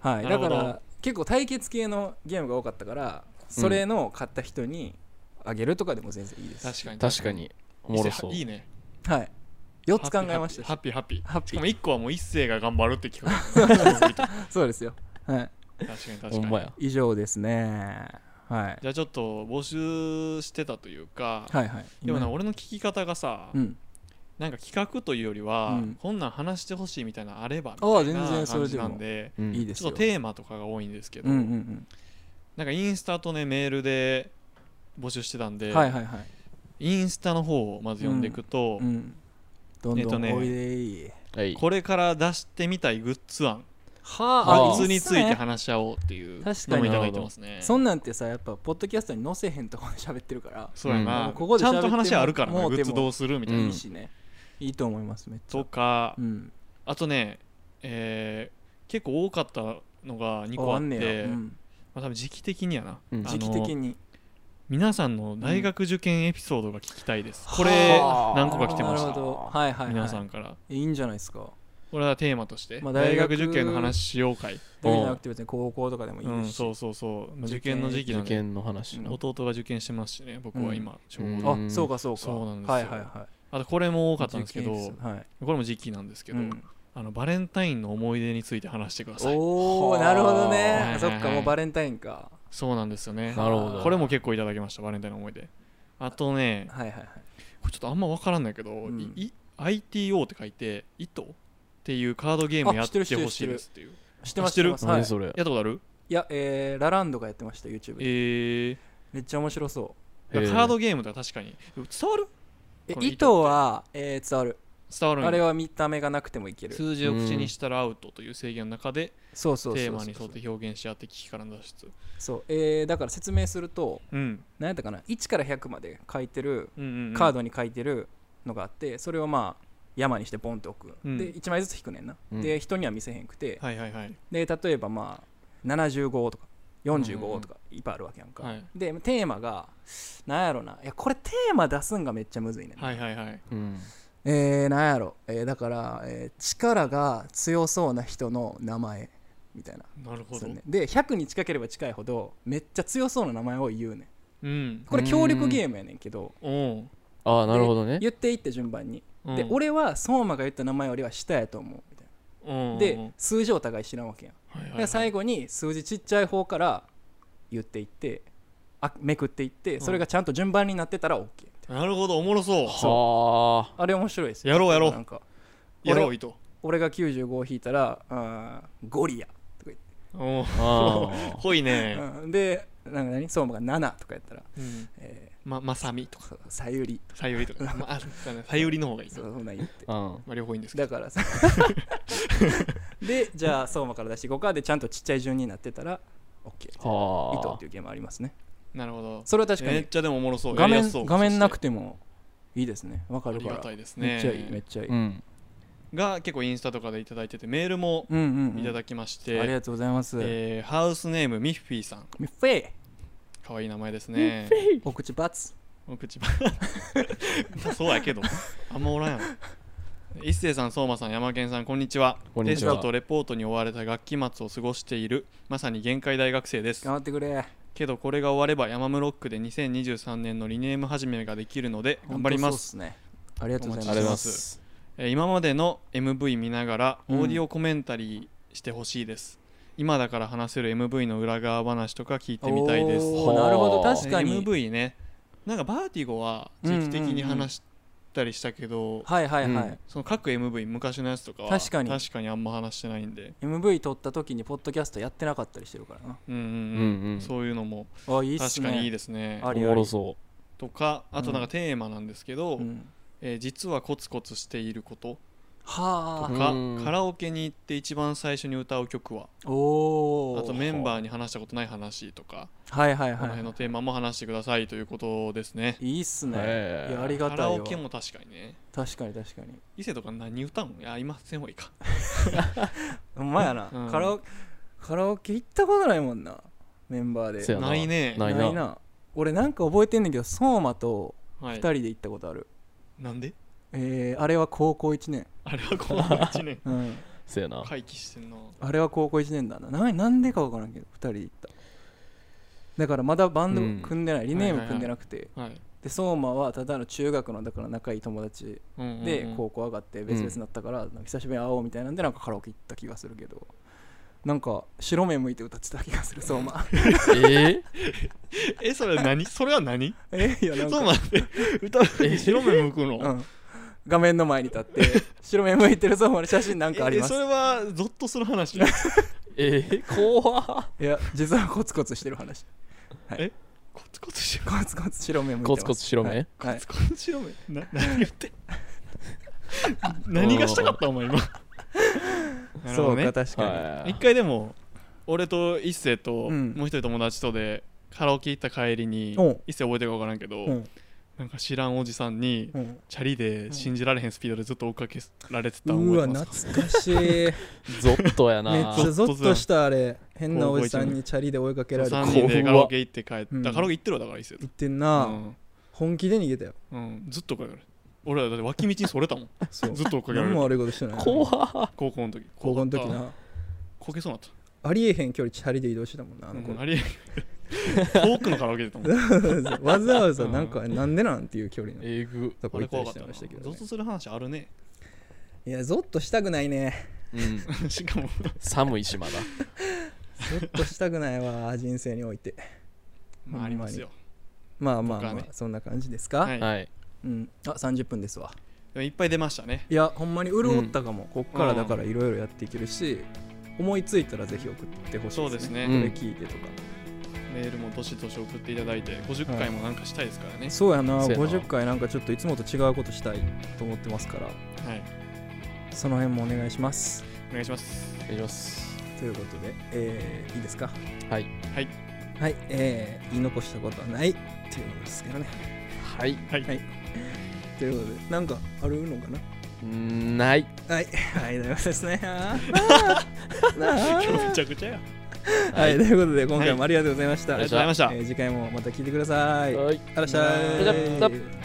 [SPEAKER 2] はい
[SPEAKER 1] なる
[SPEAKER 2] だ
[SPEAKER 1] ほ
[SPEAKER 2] か
[SPEAKER 1] ど
[SPEAKER 2] ら結構対決系のゲームが多かったからそれの買った人にあげるとかでも全然いいです、
[SPEAKER 1] 確かに
[SPEAKER 3] 確かにおもろそう
[SPEAKER 1] いいね
[SPEAKER 2] はい4つ考えましたし
[SPEAKER 1] ハッピーハッピー
[SPEAKER 2] ハッ
[SPEAKER 1] ハッ
[SPEAKER 2] ピー
[SPEAKER 1] ピーしかも一個はもう一世が頑張るって聞く確かに
[SPEAKER 2] そうですよはい
[SPEAKER 1] 確か
[SPEAKER 3] ほ
[SPEAKER 1] に
[SPEAKER 3] んまや
[SPEAKER 2] 以上ですねはい
[SPEAKER 1] じゃあちょっと募集してたというか
[SPEAKER 2] はいはい
[SPEAKER 1] でもな
[SPEAKER 2] 今
[SPEAKER 1] 俺の聞き方がさ
[SPEAKER 2] うん
[SPEAKER 1] なんか企画というよりは
[SPEAKER 2] うん
[SPEAKER 1] こんなん話してほしいみたいなのあればみ
[SPEAKER 2] あ
[SPEAKER 1] た
[SPEAKER 2] あ
[SPEAKER 1] い
[SPEAKER 2] 全然
[SPEAKER 1] な
[SPEAKER 2] それ
[SPEAKER 1] 感
[SPEAKER 2] で
[SPEAKER 1] じ
[SPEAKER 2] も
[SPEAKER 1] なんで
[SPEAKER 3] うん
[SPEAKER 2] いいです
[SPEAKER 1] ちょ
[SPEAKER 2] よ
[SPEAKER 1] っとテーマとかが多いんですけど
[SPEAKER 2] うんう
[SPEAKER 1] なんんかインスタとねメールで募集してたん
[SPEAKER 2] う
[SPEAKER 1] で
[SPEAKER 2] んはいはいはい
[SPEAKER 1] インスタの方をまず読んでいくと
[SPEAKER 2] うんどん
[SPEAKER 1] えっ
[SPEAKER 2] ど
[SPEAKER 1] と
[SPEAKER 2] ん
[SPEAKER 1] ね
[SPEAKER 2] おいでいい
[SPEAKER 3] はい
[SPEAKER 1] これから出してみたいグッズ案
[SPEAKER 2] は
[SPEAKER 3] あ
[SPEAKER 1] グッズについ
[SPEAKER 2] っ
[SPEAKER 1] て
[SPEAKER 2] すね
[SPEAKER 1] 話し合おうっていう
[SPEAKER 2] 確
[SPEAKER 1] の
[SPEAKER 2] か
[SPEAKER 1] も
[SPEAKER 2] に
[SPEAKER 1] いただいてますね
[SPEAKER 2] そんなんてさやっぱポッドキャストに載せへんとこで喋ってるから
[SPEAKER 1] そうや
[SPEAKER 3] うん
[SPEAKER 1] な、
[SPEAKER 2] ここで
[SPEAKER 1] ち
[SPEAKER 2] 喋
[SPEAKER 1] ゃ
[SPEAKER 2] って
[SPEAKER 1] ん
[SPEAKER 2] も
[SPEAKER 1] と話あるから
[SPEAKER 2] も
[SPEAKER 1] な
[SPEAKER 2] う
[SPEAKER 1] グ
[SPEAKER 2] でも
[SPEAKER 1] ッズどうするみたいな、
[SPEAKER 3] うん
[SPEAKER 2] いいしねいいと思いますめっちゃ
[SPEAKER 1] とか、
[SPEAKER 2] うん
[SPEAKER 1] あとね、えー結構多かったのが2個
[SPEAKER 2] あ
[SPEAKER 1] あっ
[SPEAKER 2] んね
[SPEAKER 1] て
[SPEAKER 2] やうん
[SPEAKER 1] まあ、多分時期的にやな、
[SPEAKER 3] うん
[SPEAKER 1] あの
[SPEAKER 2] 時期的に
[SPEAKER 1] 皆さんの大学受験エピソードが聞きたいです、これ
[SPEAKER 2] はあ
[SPEAKER 1] 何個か来てまし
[SPEAKER 2] な
[SPEAKER 1] た
[SPEAKER 2] るほどはいはいはい
[SPEAKER 1] 皆さんから
[SPEAKER 2] いいんじゃないですか
[SPEAKER 1] 俺はテーマとして、
[SPEAKER 2] まあ
[SPEAKER 1] 大
[SPEAKER 2] 大学
[SPEAKER 1] 学受験の話しようかい、
[SPEAKER 2] だけじゃなくて別に高校とかでもいいし、
[SPEAKER 1] うん、そうそうそうまあ受験の時期な
[SPEAKER 3] 受
[SPEAKER 1] んで
[SPEAKER 3] 験の話な。
[SPEAKER 1] 弟が受験してますしね僕は今、ちょうど
[SPEAKER 3] うん
[SPEAKER 2] あそうかそうか
[SPEAKER 1] そうなんですよ
[SPEAKER 2] はいはいはい
[SPEAKER 1] あとこれも多かったんですけど
[SPEAKER 2] 受験生はい
[SPEAKER 1] これも時期なんですけど、
[SPEAKER 2] うん
[SPEAKER 1] あのバレンタインの思い出について話してください
[SPEAKER 2] おお
[SPEAKER 3] はあ
[SPEAKER 2] なるほど
[SPEAKER 1] はいはいは
[SPEAKER 2] ね
[SPEAKER 1] い
[SPEAKER 2] そっかもうバレンタインか
[SPEAKER 1] そうなんですよね
[SPEAKER 3] なるほど。
[SPEAKER 1] これも結構いただきましたバレンタインの思い出あとね
[SPEAKER 2] はいはいはい
[SPEAKER 1] これちょっとあんま分からんないけど、
[SPEAKER 2] ん
[SPEAKER 1] いい ITO って書いて「糸」っていうカードゲームやってほしいですっていう
[SPEAKER 2] 知ってま
[SPEAKER 1] 知
[SPEAKER 2] す
[SPEAKER 1] ってる
[SPEAKER 2] ますはい
[SPEAKER 3] 何
[SPEAKER 2] い
[SPEAKER 3] それ。
[SPEAKER 1] やったことある
[SPEAKER 2] やえーラランドがやってました YouTube で
[SPEAKER 1] えー、
[SPEAKER 2] めっちゃ面白そう
[SPEAKER 1] カードゲームとか確かに伝わる
[SPEAKER 2] え
[SPEAKER 1] この糸って
[SPEAKER 2] 糸はえー伝わる
[SPEAKER 1] 伝わるんや
[SPEAKER 2] あれは見た目がなくてもいける
[SPEAKER 1] 数字を口にしたらアウトという制限の中で
[SPEAKER 2] そうそうそう
[SPEAKER 1] テ
[SPEAKER 2] そう
[SPEAKER 1] ーマに沿って表現し合って危機からの脱出
[SPEAKER 2] そうえーだから説明すると
[SPEAKER 1] うん
[SPEAKER 2] 何やったかな1から100まで書いてる
[SPEAKER 1] うんうんうん
[SPEAKER 2] カードに書いてるのがあってそれをまあ山にしてボンって置く、
[SPEAKER 1] うん
[SPEAKER 2] で1枚ずつ引くねんな、
[SPEAKER 3] うん
[SPEAKER 2] で人には見せへんくて、
[SPEAKER 1] はいはいはい
[SPEAKER 2] で例えばまあ75とか45とかいっぱいあるわけやんか、
[SPEAKER 1] はい
[SPEAKER 2] でテーマがなんやろないやこれテーマ出すんがめっちゃむずいねんな、
[SPEAKER 1] はいはいはい
[SPEAKER 3] うん。
[SPEAKER 2] えー、なんやろ、えーだから、えー力が強そうな人の名前みたいな
[SPEAKER 1] なるほど
[SPEAKER 2] すんねんで100に近ければ近いほどめっちゃ強そうな名前を言うねん
[SPEAKER 1] うん
[SPEAKER 2] これ協力ゲームやねんけど
[SPEAKER 1] おう
[SPEAKER 3] ああ、なるほどね。
[SPEAKER 2] 言っていって順番に
[SPEAKER 1] うん
[SPEAKER 2] で俺は相馬が言った名前よりは下やと思うみたい
[SPEAKER 1] うん
[SPEAKER 2] な
[SPEAKER 1] うん
[SPEAKER 2] で数字お互い知らんわけやん、
[SPEAKER 1] はいはいはい
[SPEAKER 2] で最後に数字ちっちゃい方から言っていってあめくっていって
[SPEAKER 1] ん
[SPEAKER 2] それがちゃんと順番になってたら OK みたい
[SPEAKER 1] なるほどおもろそう
[SPEAKER 3] はあ。
[SPEAKER 2] なあれ面白いですよ
[SPEAKER 1] やろうやろう
[SPEAKER 2] なんか
[SPEAKER 1] やろう糸
[SPEAKER 2] 俺が95を引いたらあーゴリアとか言って
[SPEAKER 1] おう
[SPEAKER 3] ああ。
[SPEAKER 1] 濃いね
[SPEAKER 2] うんでなんか何相馬が7とかやったら、
[SPEAKER 1] うん
[SPEAKER 2] えー
[SPEAKER 1] ままさみとか
[SPEAKER 2] そうさゆり
[SPEAKER 1] さゆりとかまあそうだねさゆりの方がいい
[SPEAKER 2] そ
[SPEAKER 1] か
[SPEAKER 2] うそんなん言って
[SPEAKER 3] うん。
[SPEAKER 1] まあ両方いいんですけ
[SPEAKER 2] だからさでじゃあ相馬から出していこうかでちゃんとちっちゃい順になってたら OK
[SPEAKER 3] はあ。
[SPEAKER 2] 糸っていうゲームありますね
[SPEAKER 1] どなるほど
[SPEAKER 2] それは確か
[SPEAKER 1] め
[SPEAKER 2] に
[SPEAKER 1] っちゃでもおもろそう
[SPEAKER 2] 画
[SPEAKER 1] やり
[SPEAKER 2] 面
[SPEAKER 1] やすそう
[SPEAKER 2] 画面なく
[SPEAKER 1] て
[SPEAKER 2] てもいいですねわか
[SPEAKER 1] あ
[SPEAKER 2] る
[SPEAKER 1] り
[SPEAKER 2] か
[SPEAKER 1] が
[SPEAKER 2] ら
[SPEAKER 1] たいですね
[SPEAKER 2] めっちゃいいめっちゃいい
[SPEAKER 3] うん。
[SPEAKER 1] が結構インスタとかでいただいててメールも
[SPEAKER 2] うんうんうん
[SPEAKER 1] いただきまし
[SPEAKER 2] あり
[SPEAKER 1] て、
[SPEAKER 2] がとうございますミッ
[SPEAKER 1] えーハウスネームミッフィーさん
[SPEAKER 2] フェイ
[SPEAKER 1] かわいい名前ですね
[SPEAKER 2] お口バツ
[SPEAKER 1] お口ば そうやけどあんまおらんやろ一星さん、相馬さん、山健さん、こんにちは。
[SPEAKER 3] こん
[SPEAKER 1] テ
[SPEAKER 3] に
[SPEAKER 1] ス
[SPEAKER 3] ちは
[SPEAKER 1] トとレポートに追われた学期末を過ごしている、まさに限界大学生です。
[SPEAKER 2] 頑張ってくれ
[SPEAKER 1] けどこれが終われば、山室ロックで2023年のリネーム始めができるので、頑張りま
[SPEAKER 2] 本当そうっ
[SPEAKER 1] す。
[SPEAKER 2] すねありがとうござい
[SPEAKER 3] あ
[SPEAKER 2] ま
[SPEAKER 3] り
[SPEAKER 1] あ
[SPEAKER 2] す
[SPEAKER 3] がとうございま。
[SPEAKER 1] りがとうございますえー今までの MV 見ながら
[SPEAKER 2] うん
[SPEAKER 1] オーディオコメンタリーしてほしいです、今だから話せる MV の裏側話とか聞いてみたいです
[SPEAKER 2] おーなるほど
[SPEAKER 3] はあ
[SPEAKER 2] 確かに
[SPEAKER 1] MV ねなんかバーティゴは時期的に話したりしたけど、
[SPEAKER 2] はいはいはい
[SPEAKER 3] うん
[SPEAKER 1] その各 MV 昔のやつとかは
[SPEAKER 2] 確かに
[SPEAKER 1] あんま話してないんで
[SPEAKER 2] MV 撮った時にポッドキャストやってなかったりしてるからな
[SPEAKER 1] うんうん
[SPEAKER 3] う
[SPEAKER 1] うん
[SPEAKER 3] ん、うん。
[SPEAKER 1] そういうのも
[SPEAKER 2] あいいっす
[SPEAKER 1] 確
[SPEAKER 2] ね
[SPEAKER 1] かにいい
[SPEAKER 2] で
[SPEAKER 1] ですね
[SPEAKER 2] あ
[SPEAKER 3] お
[SPEAKER 2] り
[SPEAKER 3] もろそ
[SPEAKER 1] とかあとなんかテーマなんですけど、
[SPEAKER 2] うん
[SPEAKER 1] えー実はコツコツしていることと
[SPEAKER 2] は
[SPEAKER 1] か
[SPEAKER 3] うん
[SPEAKER 1] カラオケに行って一番最初に歌う曲は
[SPEAKER 2] あおお
[SPEAKER 1] あとメンバーに話したことない話とか、
[SPEAKER 2] はいはい
[SPEAKER 1] この
[SPEAKER 2] は
[SPEAKER 1] 辺の
[SPEAKER 2] い
[SPEAKER 1] テーマも話してくださいということですね。
[SPEAKER 2] いいっす
[SPEAKER 3] う。
[SPEAKER 2] ね
[SPEAKER 3] え
[SPEAKER 2] いやあ
[SPEAKER 3] え。
[SPEAKER 2] りが
[SPEAKER 1] カ
[SPEAKER 2] た
[SPEAKER 1] ラ
[SPEAKER 2] い
[SPEAKER 1] オ
[SPEAKER 2] わ
[SPEAKER 1] ケも確かにね。
[SPEAKER 2] 確かに確かに
[SPEAKER 1] 伊勢とか何歌うんいや、今せんほうがいいか。
[SPEAKER 2] ほんまやな、
[SPEAKER 1] うん
[SPEAKER 2] カラオカラオケ行ったことないもんなメンバーで
[SPEAKER 3] せやな
[SPEAKER 1] ないね。
[SPEAKER 3] ない
[SPEAKER 2] ない
[SPEAKER 3] な。
[SPEAKER 2] な俺なんか覚えてんねんけど相馬と
[SPEAKER 1] は
[SPEAKER 2] 2
[SPEAKER 1] い。
[SPEAKER 2] 人で行ったことある、
[SPEAKER 1] なんで
[SPEAKER 2] えー、あれは高校1年、
[SPEAKER 1] あれはこの1年
[SPEAKER 2] うん、
[SPEAKER 3] せやな。
[SPEAKER 1] 回帰してんな。
[SPEAKER 2] あれは高校1年だなななんでか分からんけど2人で行っただからまだバ
[SPEAKER 3] う
[SPEAKER 2] ン
[SPEAKER 3] ん
[SPEAKER 2] ド組んでない、リネーム
[SPEAKER 1] はいはいはい
[SPEAKER 2] 組んでなくて、
[SPEAKER 1] はい。
[SPEAKER 2] で相馬はただの中学のだから仲いい友達
[SPEAKER 1] うんうんうん
[SPEAKER 2] で高校上がって別々になったから、なんか久しぶりに会おうみたいなんでなんかカラオケ行った気がするけどなんか白目向いて歌ってた気がする 相馬
[SPEAKER 3] え
[SPEAKER 1] え、それ何それは何
[SPEAKER 2] えいやなんか
[SPEAKER 1] そう 待って。歌う時に白目向くの。
[SPEAKER 2] うん、画面の前に立って白目向いてる相馬の写真なんかあり
[SPEAKER 1] え、
[SPEAKER 2] ます
[SPEAKER 1] それはゾッとする 話。
[SPEAKER 3] ええ怖
[SPEAKER 2] いや実はコツコツしてる話
[SPEAKER 1] コツコツしろ。
[SPEAKER 2] コツコツ白目向いてます
[SPEAKER 3] コツコツ白目
[SPEAKER 2] はいはい
[SPEAKER 1] コツコツ白目。 な、何言ってん 何がしたかったお 前今。なるほ
[SPEAKER 2] そ
[SPEAKER 1] ど
[SPEAKER 2] う
[SPEAKER 1] ね
[SPEAKER 2] か確か
[SPEAKER 3] は
[SPEAKER 1] 一回でも俺と一星と
[SPEAKER 2] うん
[SPEAKER 1] もう一人友達とでカラオケ行った帰りに
[SPEAKER 2] おう
[SPEAKER 1] 一星覚えてるか分からんけど、
[SPEAKER 2] にうん
[SPEAKER 1] なんか知らんおじさんに
[SPEAKER 2] うん
[SPEAKER 1] チャリで信じられへんスピードでずっと追っかけられてたの
[SPEAKER 2] う
[SPEAKER 1] 覚え
[SPEAKER 2] わ
[SPEAKER 1] てます
[SPEAKER 2] 懐
[SPEAKER 1] か
[SPEAKER 2] かしい めっ
[SPEAKER 3] い。ゾッとやな。
[SPEAKER 2] ちゃゾッとしたあれ変なおじさんにチャリで追いかけられて
[SPEAKER 1] 3
[SPEAKER 3] う
[SPEAKER 1] 人で
[SPEAKER 3] 怖
[SPEAKER 1] カ
[SPEAKER 3] っ
[SPEAKER 1] ラオケ行って帰って、
[SPEAKER 2] うん
[SPEAKER 1] だからカラオケ行ってるわだから一星と
[SPEAKER 2] 言ってん
[SPEAKER 1] う
[SPEAKER 2] な、
[SPEAKER 1] ん、
[SPEAKER 2] 本気で逃げたよ
[SPEAKER 1] うん、ずっと追っかけられて俺らだって脇道にそれたもん
[SPEAKER 2] そう
[SPEAKER 1] ずっと追っかけら
[SPEAKER 2] 何
[SPEAKER 1] れ
[SPEAKER 2] も
[SPEAKER 1] る
[SPEAKER 2] 悪いことしてない
[SPEAKER 3] 怖っ
[SPEAKER 1] 高校の時
[SPEAKER 2] 高校の時
[SPEAKER 1] あ
[SPEAKER 2] な
[SPEAKER 1] こけそうになっ
[SPEAKER 2] ありえへん距離チャリで移動してたもんな
[SPEAKER 1] た
[SPEAKER 2] あの
[SPEAKER 1] う
[SPEAKER 2] 頃
[SPEAKER 1] んありえん遠くのカラオケでたもん
[SPEAKER 2] わざわざなんかなんでなんていう距離の
[SPEAKER 3] えぐ
[SPEAKER 2] とこ
[SPEAKER 1] あ
[SPEAKER 2] 行
[SPEAKER 1] れ
[SPEAKER 2] った
[SPEAKER 1] 怖かっ
[SPEAKER 2] りし
[SPEAKER 1] てたな
[SPEAKER 2] ましたけ
[SPEAKER 1] ゾ
[SPEAKER 2] ど
[SPEAKER 1] ッ
[SPEAKER 2] ね
[SPEAKER 1] とする話あるね
[SPEAKER 2] いやゾッとしたくないね
[SPEAKER 3] うん
[SPEAKER 1] しかも
[SPEAKER 3] 寒いしまだ
[SPEAKER 2] ゾッとしたくないわ 人生において
[SPEAKER 1] まあありますよ
[SPEAKER 2] まあまあま
[SPEAKER 1] 僕は
[SPEAKER 2] あ
[SPEAKER 1] ね
[SPEAKER 2] そんな感じですか
[SPEAKER 1] はいで
[SPEAKER 3] はい
[SPEAKER 2] うんあ30分ですわ
[SPEAKER 1] もいっぱい出ましたね
[SPEAKER 2] いやほんまに潤ったかも、こっからだからいろいろやっていけるし、思いついたらぜひ送ってほしい
[SPEAKER 1] そうですね
[SPEAKER 2] これ聞いてとか、
[SPEAKER 1] メールもどしどし送っていただいて50回もなんかしたいですからね
[SPEAKER 2] そうやな
[SPEAKER 3] そうやな
[SPEAKER 2] 50回なんかちょっといつもと違うことしたいと思ってますから
[SPEAKER 1] はい
[SPEAKER 2] その辺もお願いします
[SPEAKER 1] お願いします
[SPEAKER 3] お願いします
[SPEAKER 2] ということで、えーいいですか
[SPEAKER 3] はい
[SPEAKER 1] はい
[SPEAKER 2] はいえー言い残したことはないっていうのですけどね
[SPEAKER 3] はい
[SPEAKER 1] はい
[SPEAKER 2] はいということでなんかあるのかな
[SPEAKER 3] うんない
[SPEAKER 2] はい、はい、ということですね。あー
[SPEAKER 1] 今日め
[SPEAKER 2] な
[SPEAKER 1] ちゃくちゃや
[SPEAKER 2] あ はい、ということで、今回もありがとうございました。
[SPEAKER 1] ありがとうございました
[SPEAKER 2] えー次回もまた聞いてください。あ
[SPEAKER 3] はい
[SPEAKER 2] らっしゃ
[SPEAKER 1] あ
[SPEAKER 3] りがとうござい
[SPEAKER 2] い
[SPEAKER 3] ま。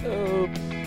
[SPEAKER 3] した